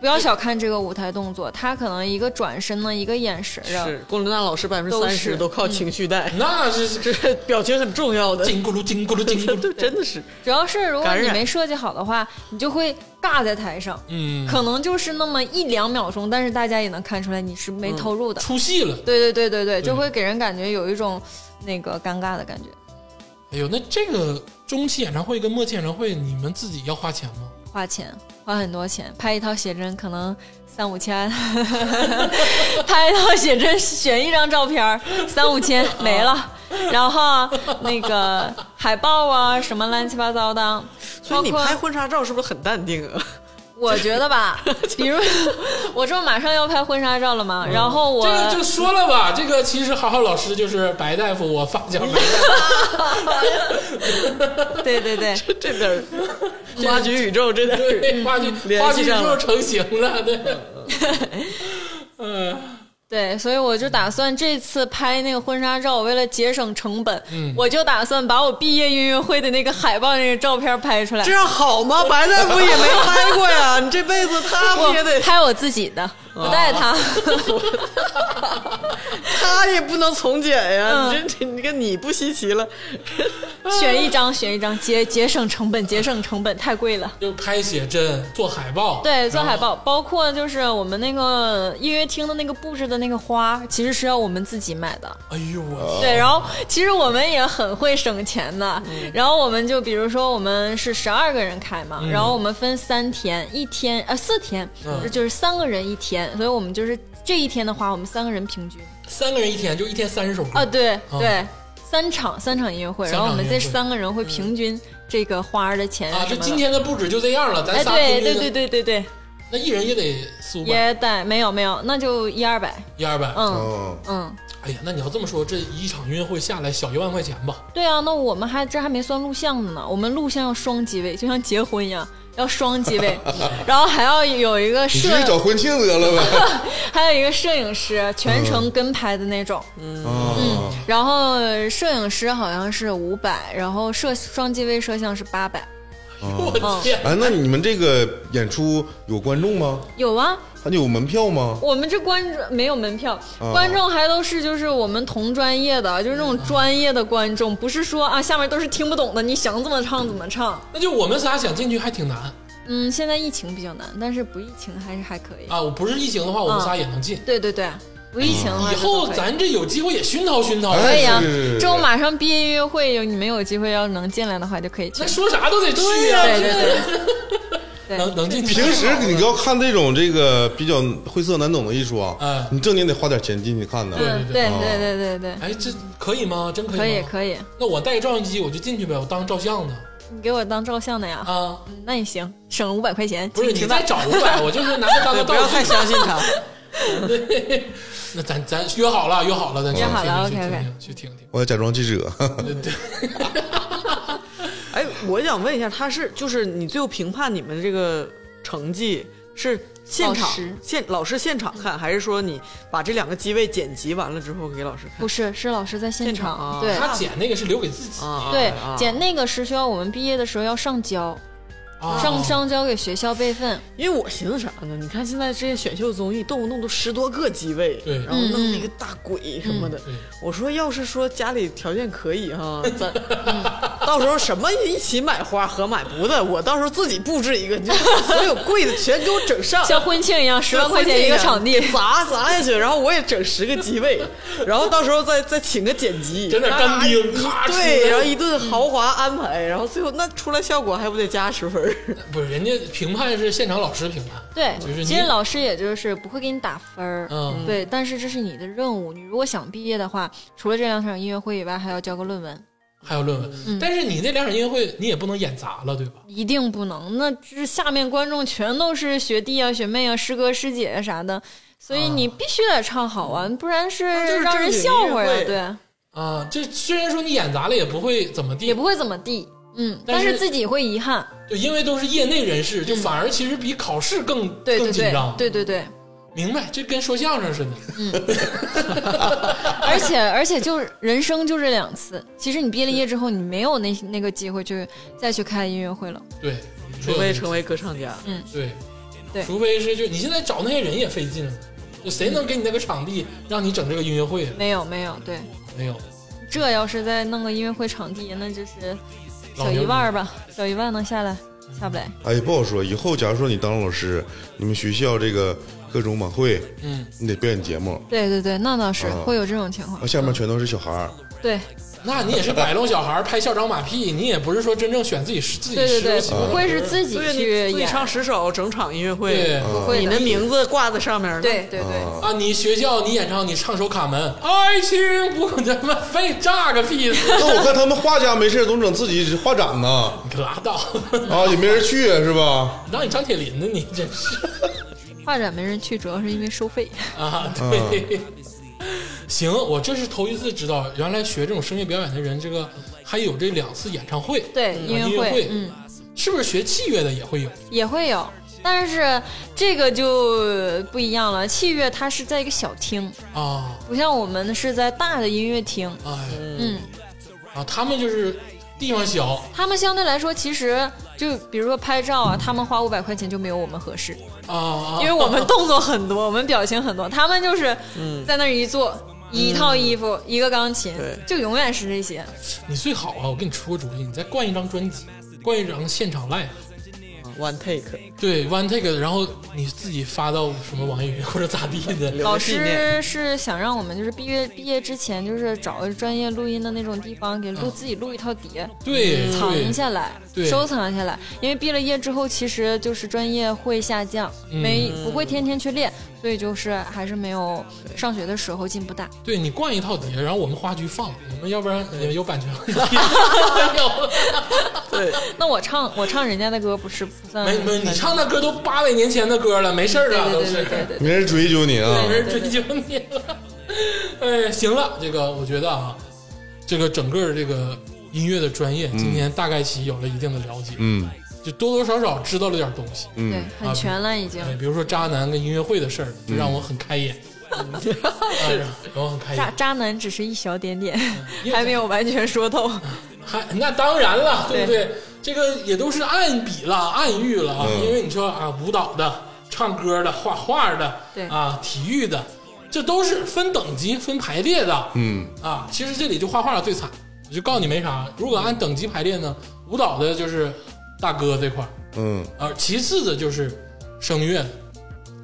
不要小看这个舞台 动作，他可能一个转身呢，一个眼神啊，是龚琳娜老师百分之都三十是都靠情绪 带，那是这表情很重要的，金咕噜金咕噜金咕 噜， 对，真的是主要是如果感你染没设计好的话，你就会尬在台上，嗯，可能就是那么一两秒钟，但是大家也能看出来你是没嗯投入的。出戏了。对对对对对，就会给人感觉有一种那个尴尬的感觉。哎呦，那这个中期演唱会跟末期演唱会，你们自己要花钱吗？花钱，花很多钱，拍一套写真可能三五千， 拍一套写真选一张照片儿三五 千没了，然后那个海报啊什么乱七八糟的，所包以你括拍婚纱照是不是很淡定 啊？我觉 得吧，比如我这不马上要拍婚纱照了嘛，嗯然后我这个就说了吧，这个其实好好老师就是白大夫，我发 小白大夫，对 对对，这点 儿挖掘宇宙，这点儿对，话剧嗯联系话剧上就了成型了，对，嗯。对，所以我就打算这次拍那个婚纱照，我为了节省成本，嗯我就打算把我毕业音乐会的那个海报那个照片拍出来这。样好吗？白大夫也没拍过呀，你这辈子他不我也得，拍我自己的，不带他。 他也不能从简呀。嗯你这你跟你不稀奇了，选一张，选一张，节节省成本，节省成本太贵了。就拍写真、做海报，对，做海然后。报，包括就是我们那个音乐厅的那个布置的那个花，其实是要我们自己买的。哎呦我对，然后其实我们也很会省钱的。然后我们就比如说我们是十二个人开嘛，然后我们分三天，一天呃四天，嗯就是三个人一天，所以我们就是这一天的话，我们三个人平均天，三个人一天就一天三十首歌啊，对、啊对，三场三场音乐会，三然场后我们音乐这会嗯三个人会平均这个花儿的钱啊，什这么今的。天的布置就这样了，咱哎，仨对平对均对的，对对对，那一人也得四五百，也得没有没有，那就一二百，一二百。嗯嗯，嗯，哎呀，那你要这么说，这一场音乐会下来小一万块钱吧？对啊，那我们还这还没算录像呢，我们录像要双机位，就像结婚一样，要双机 位，然后还要有一个你直摄接，找婚庆得了呗。还有一个摄影师全嗯程跟拍的那种， 啊，然后摄影师好像是五百，然后摄双机位摄像是八百，我天，嗯哎，那你们这个演出有观众吗？有啊，他有门票吗？我们这观众没有门票，观众还都是就是我们同专业的，就是那种专业的观众，不是说啊下面都是听不懂的，你想怎么唱怎么唱。那就我们仨想进去还挺难嗯，现在疫情比较难，但是不疫情还是还可以。啊！我不是疫情的话，我们仨也能进。对对对，不疫情的话以就都后可以，咱这有机会也熏陶熏陶。可以啊哎是是是是。之后马上毕业音乐会，有你们有机会要能进来的话就可以去那。说啥都得去啊呀、对对对，对能能进去。平时你要看这种这个比较晦涩难懂的艺术嗯啊，你正经得花点钱进去看的。对嗯，对对对对对，哎，这可以吗？真可以吗？可以可以，那我带个照相机我就进去呗，我当照相的你给我当照相的呀？啊。嗯那也行，省五百块钱，不是请你吃饭再找五百，我就是拿它当 对，个不道要具太。相信 他。那咱咱约好了，约好了，咱去约好了去听 OK，OK 去听听。我假装记者， 对对，哎，我想问一下，他是就是你最后评判你们这个成绩是现场老师现老师现场看，还是说你把这两个机位剪辑完了之后给老师看 不？是，是老师在现现场啊对他剪那个是留给自己啊，对啊，剪那个是需要我们毕业的时候要上交，啊，上上交给学校备份。因为我寻思啥呢？你看现在这些选秀综艺动不动都十多个机位，对然后弄那个大鬼什嗯么的。对我说，要是说家里条件可以 哈，咱、嗯到时候什么一起买花合买不的，我到时候自己布置一个，你就把所有贵的全给我整上， 像婚庆一样，十万块钱一个场地，啊砸砸下去，然后我也整十个机 位，然后到时候再再请个剪辑，整点干冰咔咔啊一出来对，然后一嗯顿豪华安排，然后最后那出来效果还不得加十分儿？不是人家评判是现场老师评判，对就是你，其实老师也就是不会给你打分儿，嗯对，但是这是你的任务，你如果想毕业的话，除了这两场音乐会以外，还要交个论文，还有论嗯文。但是你那两场音乐会你也不能演砸了，对吧？一定不能。那这下面观众全都是学弟啊、学妹啊、师哥师姐啊啥的，所啊以你必须得唱好啊，不然是就是让人正经笑话音乐呀会，对，啊，这虽然说你演砸了也不会怎么地也，不会怎么地，嗯，但但是是自己会遗憾，就因为都是业内人士，就反而其实比考试更嗯对更对紧对张。，对对 对。明白，这跟说相声似的。而且而且就是人生就这两次，其实你毕业了业之后，你没有那那个机会去再去开音乐会了。对，除非成为歌唱家，对，嗯对除非是就你现在找那些人也费劲了，就谁能给你那个场地嗯让你整这个音乐会啊？没有没有，对，没有，这要是再弄个音乐会场地，那就是小老牛一逼万儿吧，小一万能下来下不来。哎，不好说。以后假如说你当老师，你们学校这个各种晚会，嗯，你得表演节目，对对对，那倒是、啊会有这种情况那。下面全都是小孩儿， 对那你也是摆弄小孩儿拍校长马 屁，你也不是说真正选自己自己对对实对力，喜欢不会是自己对，去你自己演，唱十首，整场音乐对会，不会你的的。名字挂在上面呢，对对对，啊，你学校你演唱你唱首卡门，爱情不他妈费炸个屁，那我看他们画家没事总整自己画展呢，你可拉倒， 啊，也没人去是吧？让你张铁林呢你真是画展没人去，主要是因为收费。啊，对。行，我这是头一次知道，原来学这种声乐表演的人，这个还有这两次演唱会，对，嗯音音乐乐会会，嗯，是不是学器乐的也会有？也会有，但是这个就不一样了。器乐它是在一个小厅，啊，不像我们是在大的音乐厅，哎，嗯，啊，他们就是地方小，啊他们相对来说其实就比如说拍照啊，他们花五百块钱就没有我们合适，啊啊，哦因为我们动作 很多，我们表情很多，他们就是嗯在那儿一坐。一套衣服，一个钢琴对，就永远是这些。 你最好啊，我给你出个主意，你再灌一张专辑，灌一张现场 live，嗯，one take。 对，one take，然后你自己发到什么网易云或者咋地 的，留老个纪念师是想让我们就是毕业毕业之前，就是找个专业录音的那种地方，给嗯录自己录一套碟，对，藏对，下来对，收藏下来。因为毕了业之后，其实就是专业会下降，嗯没不会天天去练，所以就是还是没有上学的时候进步大。对你灌一套碟，然后我们花局放，我们要不然也有版权问 题， 对，那我唱我唱人家的歌不是不算没有，没没，你唱那歌都八百年前的歌了，没事儿对啊，嗯对都对对是对对，没人追究你啊没，人追究你了。哎，行了，这个我觉得啊，这个整个这个音乐的专业，今天大概其有了一定的了解，嗯就多多少少知道了点东西。对嗯对，很全了已经哎，。比如说渣男跟音乐会的事儿，就让我很开眼，嗯哎呀让我很开渣眼。渣男只是一小点点，嗯 因为嗯还没有完全说透。还那当然了，对不对对？这个也都是暗比了、暗喻了啊，嗯因为你说啊，舞蹈的、唱歌的、画画的，对啊，体育的，这都是分等级、分排列的。嗯啊，其实这里就画画最惨，我就告诉你没啥。如果按等级排列呢，舞蹈的就是大哥这块儿，嗯呃，其次的就是声乐，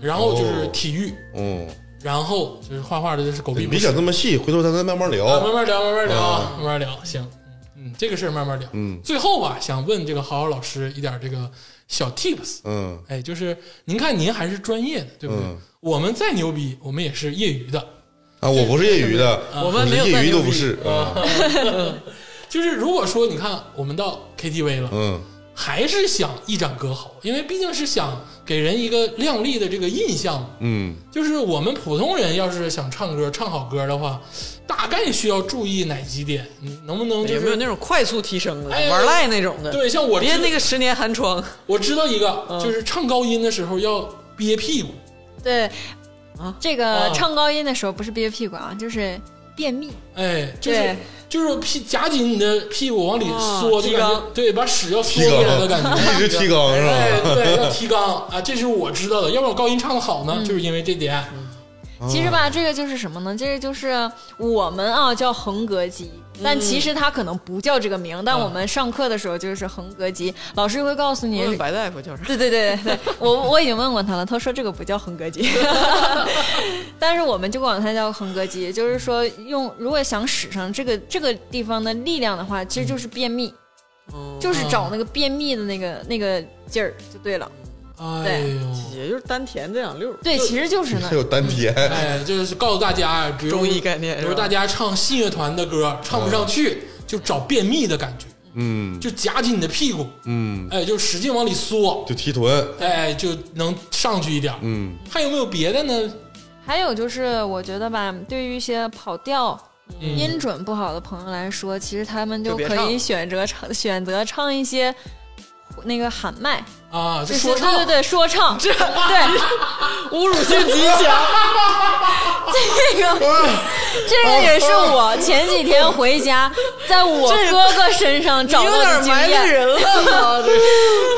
然后就是哦体育，嗯，然后就是画画的，就是狗你屁不别是。讲这么细，回头咱再慢慢啊慢聊。慢聊，慢慢聊，啊慢慢聊。行，嗯，这个事儿慢慢聊。嗯最后吧，想问这个好好老师一点这个小 tips。嗯哎，就是您看，您还是专业的，对不对？嗯我们再牛逼，我们也是业余的。啊，我不是业余的，啊我们是没有在业余牛都逼不是啊。就是如果说你看我们到 KTV 了，嗯还是想一展歌喉，因为毕竟是想给人一个亮丽的这个印象嘛。嗯就是我们普通人要是想唱歌唱好歌的话，大概需要注意哪几点？你能不能就有没有是那种快速提升的哎玩赖那种的？对？像我别知那个十年寒窗，我知道一个，嗯就是唱高音的时候要憋屁股。对啊，这啊个唱高音的时候不是憋屁股啊，就是便秘。哎，就是对就是屁夹紧你的屁股往里啊缩，就提感觉肛对，把屎要缩提回肛来的感觉。 一直提纲是哎，吧？ 对，要提肛啊，这是我知道的。要不然我高音唱的好嗯呢，就是因为这点。其实吧，这个就是什么呢？这个就是我们啊叫横膈肌，嗯但其实它可能不叫这个名，但我们上课的时候就是横膈肌，老师会告诉 你问问白大夫叫啥？对对对对，我我已经问过他了，他说这个不叫横 膈肌， 但是我们就管它叫横膈肌，就是说用如果想使上这个这个地方的力量的话，其实就是便秘，嗯嗯就是找那个便秘的那个那个劲儿就对了。哎呦，也就是丹田这两溜儿，对，其实就是那 还。有丹田，哎，就是告诉大家，比如中医概念比是如吧嗯大家唱信乐团的歌，唱不上去就找便秘的感觉，嗯就夹紧你的屁股，嗯，哎，就使劲往里缩，就提臀，哎，就能上去一点。嗯还有没有别的呢？还有就是我觉得吧，对于一些跑调。嗯音准不好的朋友来说，其实他们就就别可以唱选择唱选择唱一些那个喊麦，啊，就就是说唱，对对对，说唱，这对侮辱性极 强。这个啊这个也是哦我前几天回家，在我哥哥身上找你有到的点经埋汰验。人了 吗？这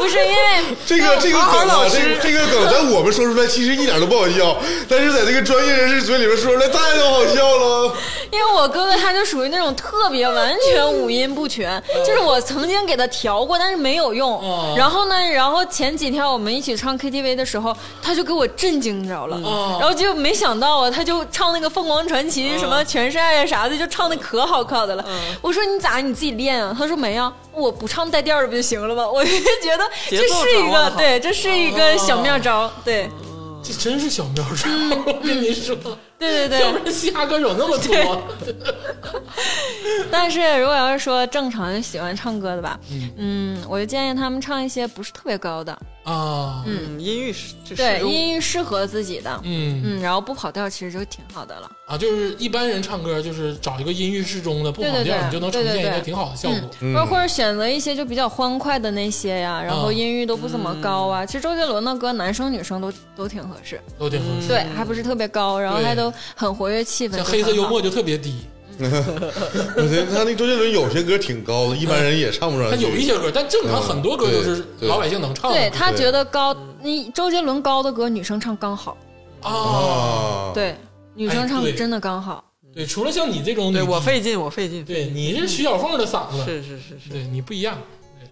不是因为这个这个好好梗啊老，这师个这个梗在我们说出来其实一点都不好笑，但是在这个专业人士嘴里面说出来太好笑了。因为我哥哥他就属于那种特别完全五音不全，嗯就是我曾经给他调过，但是没有哦用。然后呢，然后前几天我们一起唱 KTV 的时候，他就给我震惊着了嗯哦，然后就没想到啊，他就唱那个凤凰传奇什么嗯全是爱啊啥的，就唱的可好可好的了。我说你咋你自己练啊？他说没啊，我不唱带调的不就行了吗？我就觉得节这奏是一掌握得个好哦对，这是一个小妙招，对这真是小妙招， 我跟你说，对 对要嗯对不。然嘻哈歌手那么多， 但是如果要是说正常喜欢唱歌的吧，嗯，我就建议他们唱一些不是特别高的，啊，嗯，音域是这对是，音域适合自己的，嗯嗯，然后不跑调其实就挺好的了。啊，就是一般人唱歌就是找一个音域适中的，不跑对对调，对你就能呈现一对个对对挺好的效嗯果。，或者或者选择一些就比较欢快的那些呀，然啊后音域都不怎么高啊。其实周杰伦的歌，男生女生都都挺合适，都挺合适。对，还不是特别高，然后嗯对还都很活跃气氛。像黑色幽默，就特别低，我觉得他那周杰伦有些歌挺高的，一般人也唱不上他去。有一些歌，但正常很多歌都是嗯对对老百姓能唱的对他觉得高，你周杰伦高的歌女生唱刚好，啊。啊，，对，女哎生唱对真的刚好。对，除了像你这种女对低，我费劲，我费劲，对你是徐小凤的嗓子，是是是是，对你不一样。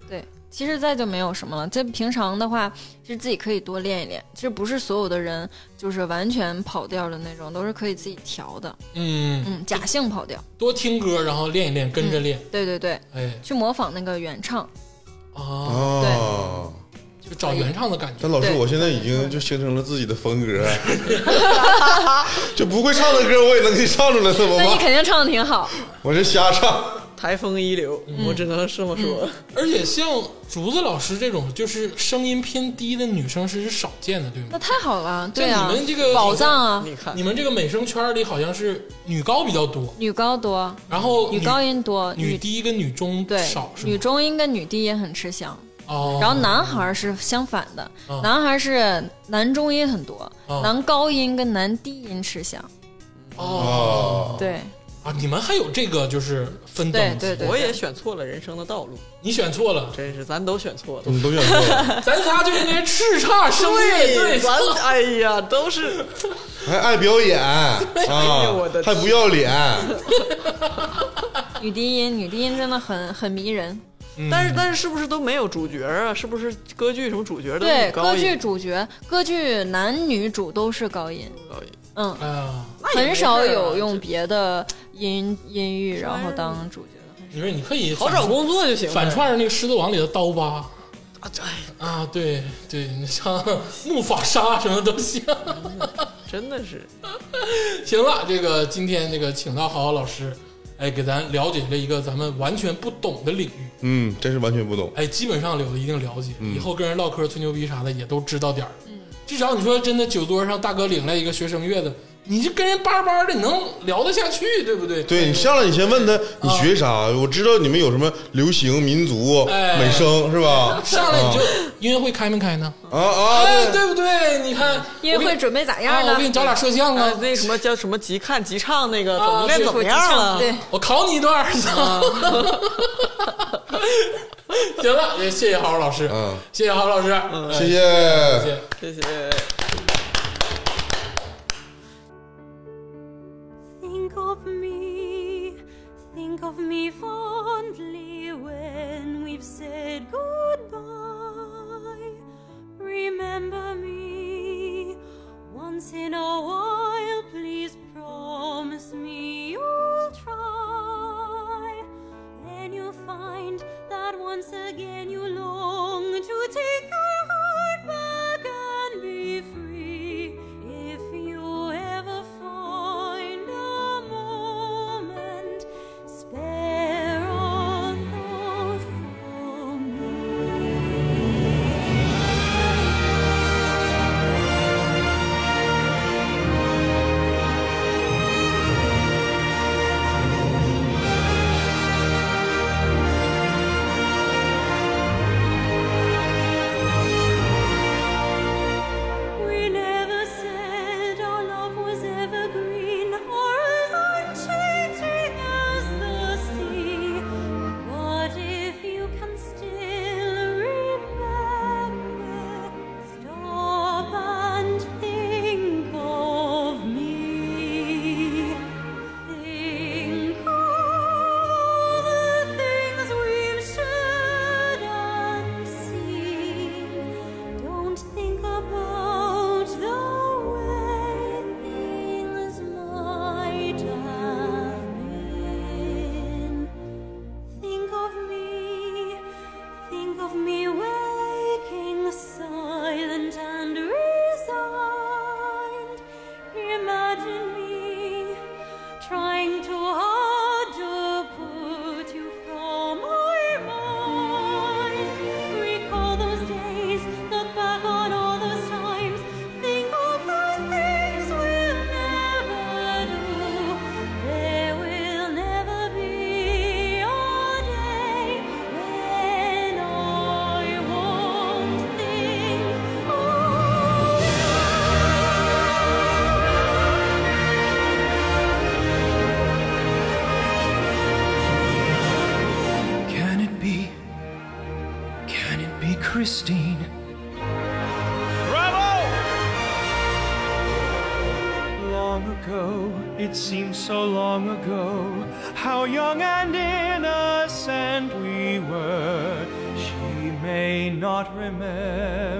对，其实再就没有什么了。这平常的话，是自己可以多练一练。其实不是所有的人就是完全跑调的那种，都是可以自己调的。嗯，嗯，假性跑调。多听歌，然后练一练，跟着练。对对对，哎去模仿那个原唱。啊，啊，就找原唱的感觉。但老师，对我现在已经就形成了自己的风格，啊就不会唱的歌我也能给你唱出来，怎么那你办？肯定唱的挺好。我这瞎唱，台风一流，我嗯只能这么说。而且像竹子老师这种，就是声音偏低的女生是少见的，对吗那？太好了，对啊，你们这个宝藏啊， 你看你，们这个美声圈里好像是女高比较多，女高多，然后女高音多，女女低跟女中对少是女吗？中音跟女低也很吃香。哦，然后男孩儿是相反的，哦男孩儿是男中音很多，哦男高音跟男低音吃香。哦，对，啊，你们还有这个就是分等级，对对我也选错了人生的道路，你选错了，真是咱都选错了。你都选错了。咱仨就应该叱咤声乐队咱哎呀，都是还爱表演啊呦我的，还不要脸，女低音，女低音真的很很迷人。嗯但是但是是不是都没有主角啊？是不是歌剧什么主角都对，是歌高剧音？主角，歌剧男女主都是高音，高音嗯，哎呀，那也没很少事儿啊有用别的音音域然后当主角的。你说你可以好找工作就行了。反串那个《狮子王》里的刀疤啊，哎，啊，对对，你像 木法沙什么都像。真的是行了，这个今天这个请到好好老师，哎，给咱了解了一个咱们完全不懂的领域，嗯，真是完全不懂。哎，基本上有了一定了解，以后跟人唠嗑、吹牛逼啥的也都知道点儿。嗯，至少你说真的，酒桌上大哥领来一个学声乐的，你就跟人巴巴的，你能聊得下去，对不对？对你上来，你先问他你学啥？我知道你们有什么流行、民族、哎美声是吧？上来你就音乐会开没开呢？啊啊，哎，对对不对？你看音乐我给会你准备咋样啊，我给呢你？找俩摄像啊啊，，那什么叫什么即看即唱那个，怎啊么练是怎么样了？对，，我考你一段儿。啊 行了，也谢谢好好老师，嗯谢谢好好老师，嗯谢谢。哎谢谢。谢谢。 Think of me, think of me fondly when we've said goodbye. Remember me once in a while, please promise me you'll try. Then you'll find that once again you long to take your heart back and be free. If you ever find a moment, spare a thought for me. We never said our love was evergreen or as unchanging as the sea. What if you can still remember? Stop and think of me. Think of all the things we've shared and seen. Don't think about the way things might have been. Think of me, think of me waking silent and resigned. Imagine me trying too hard to put you from my mind. Recall those days, look back on all those times. Think of the things we'll never do. There will never be a day when I won't think of Can it be? Can it be Christine? Bravo! Long ago, it seems so long ago, how young and innocent we were. She may not remember. Ah, ah, Ah.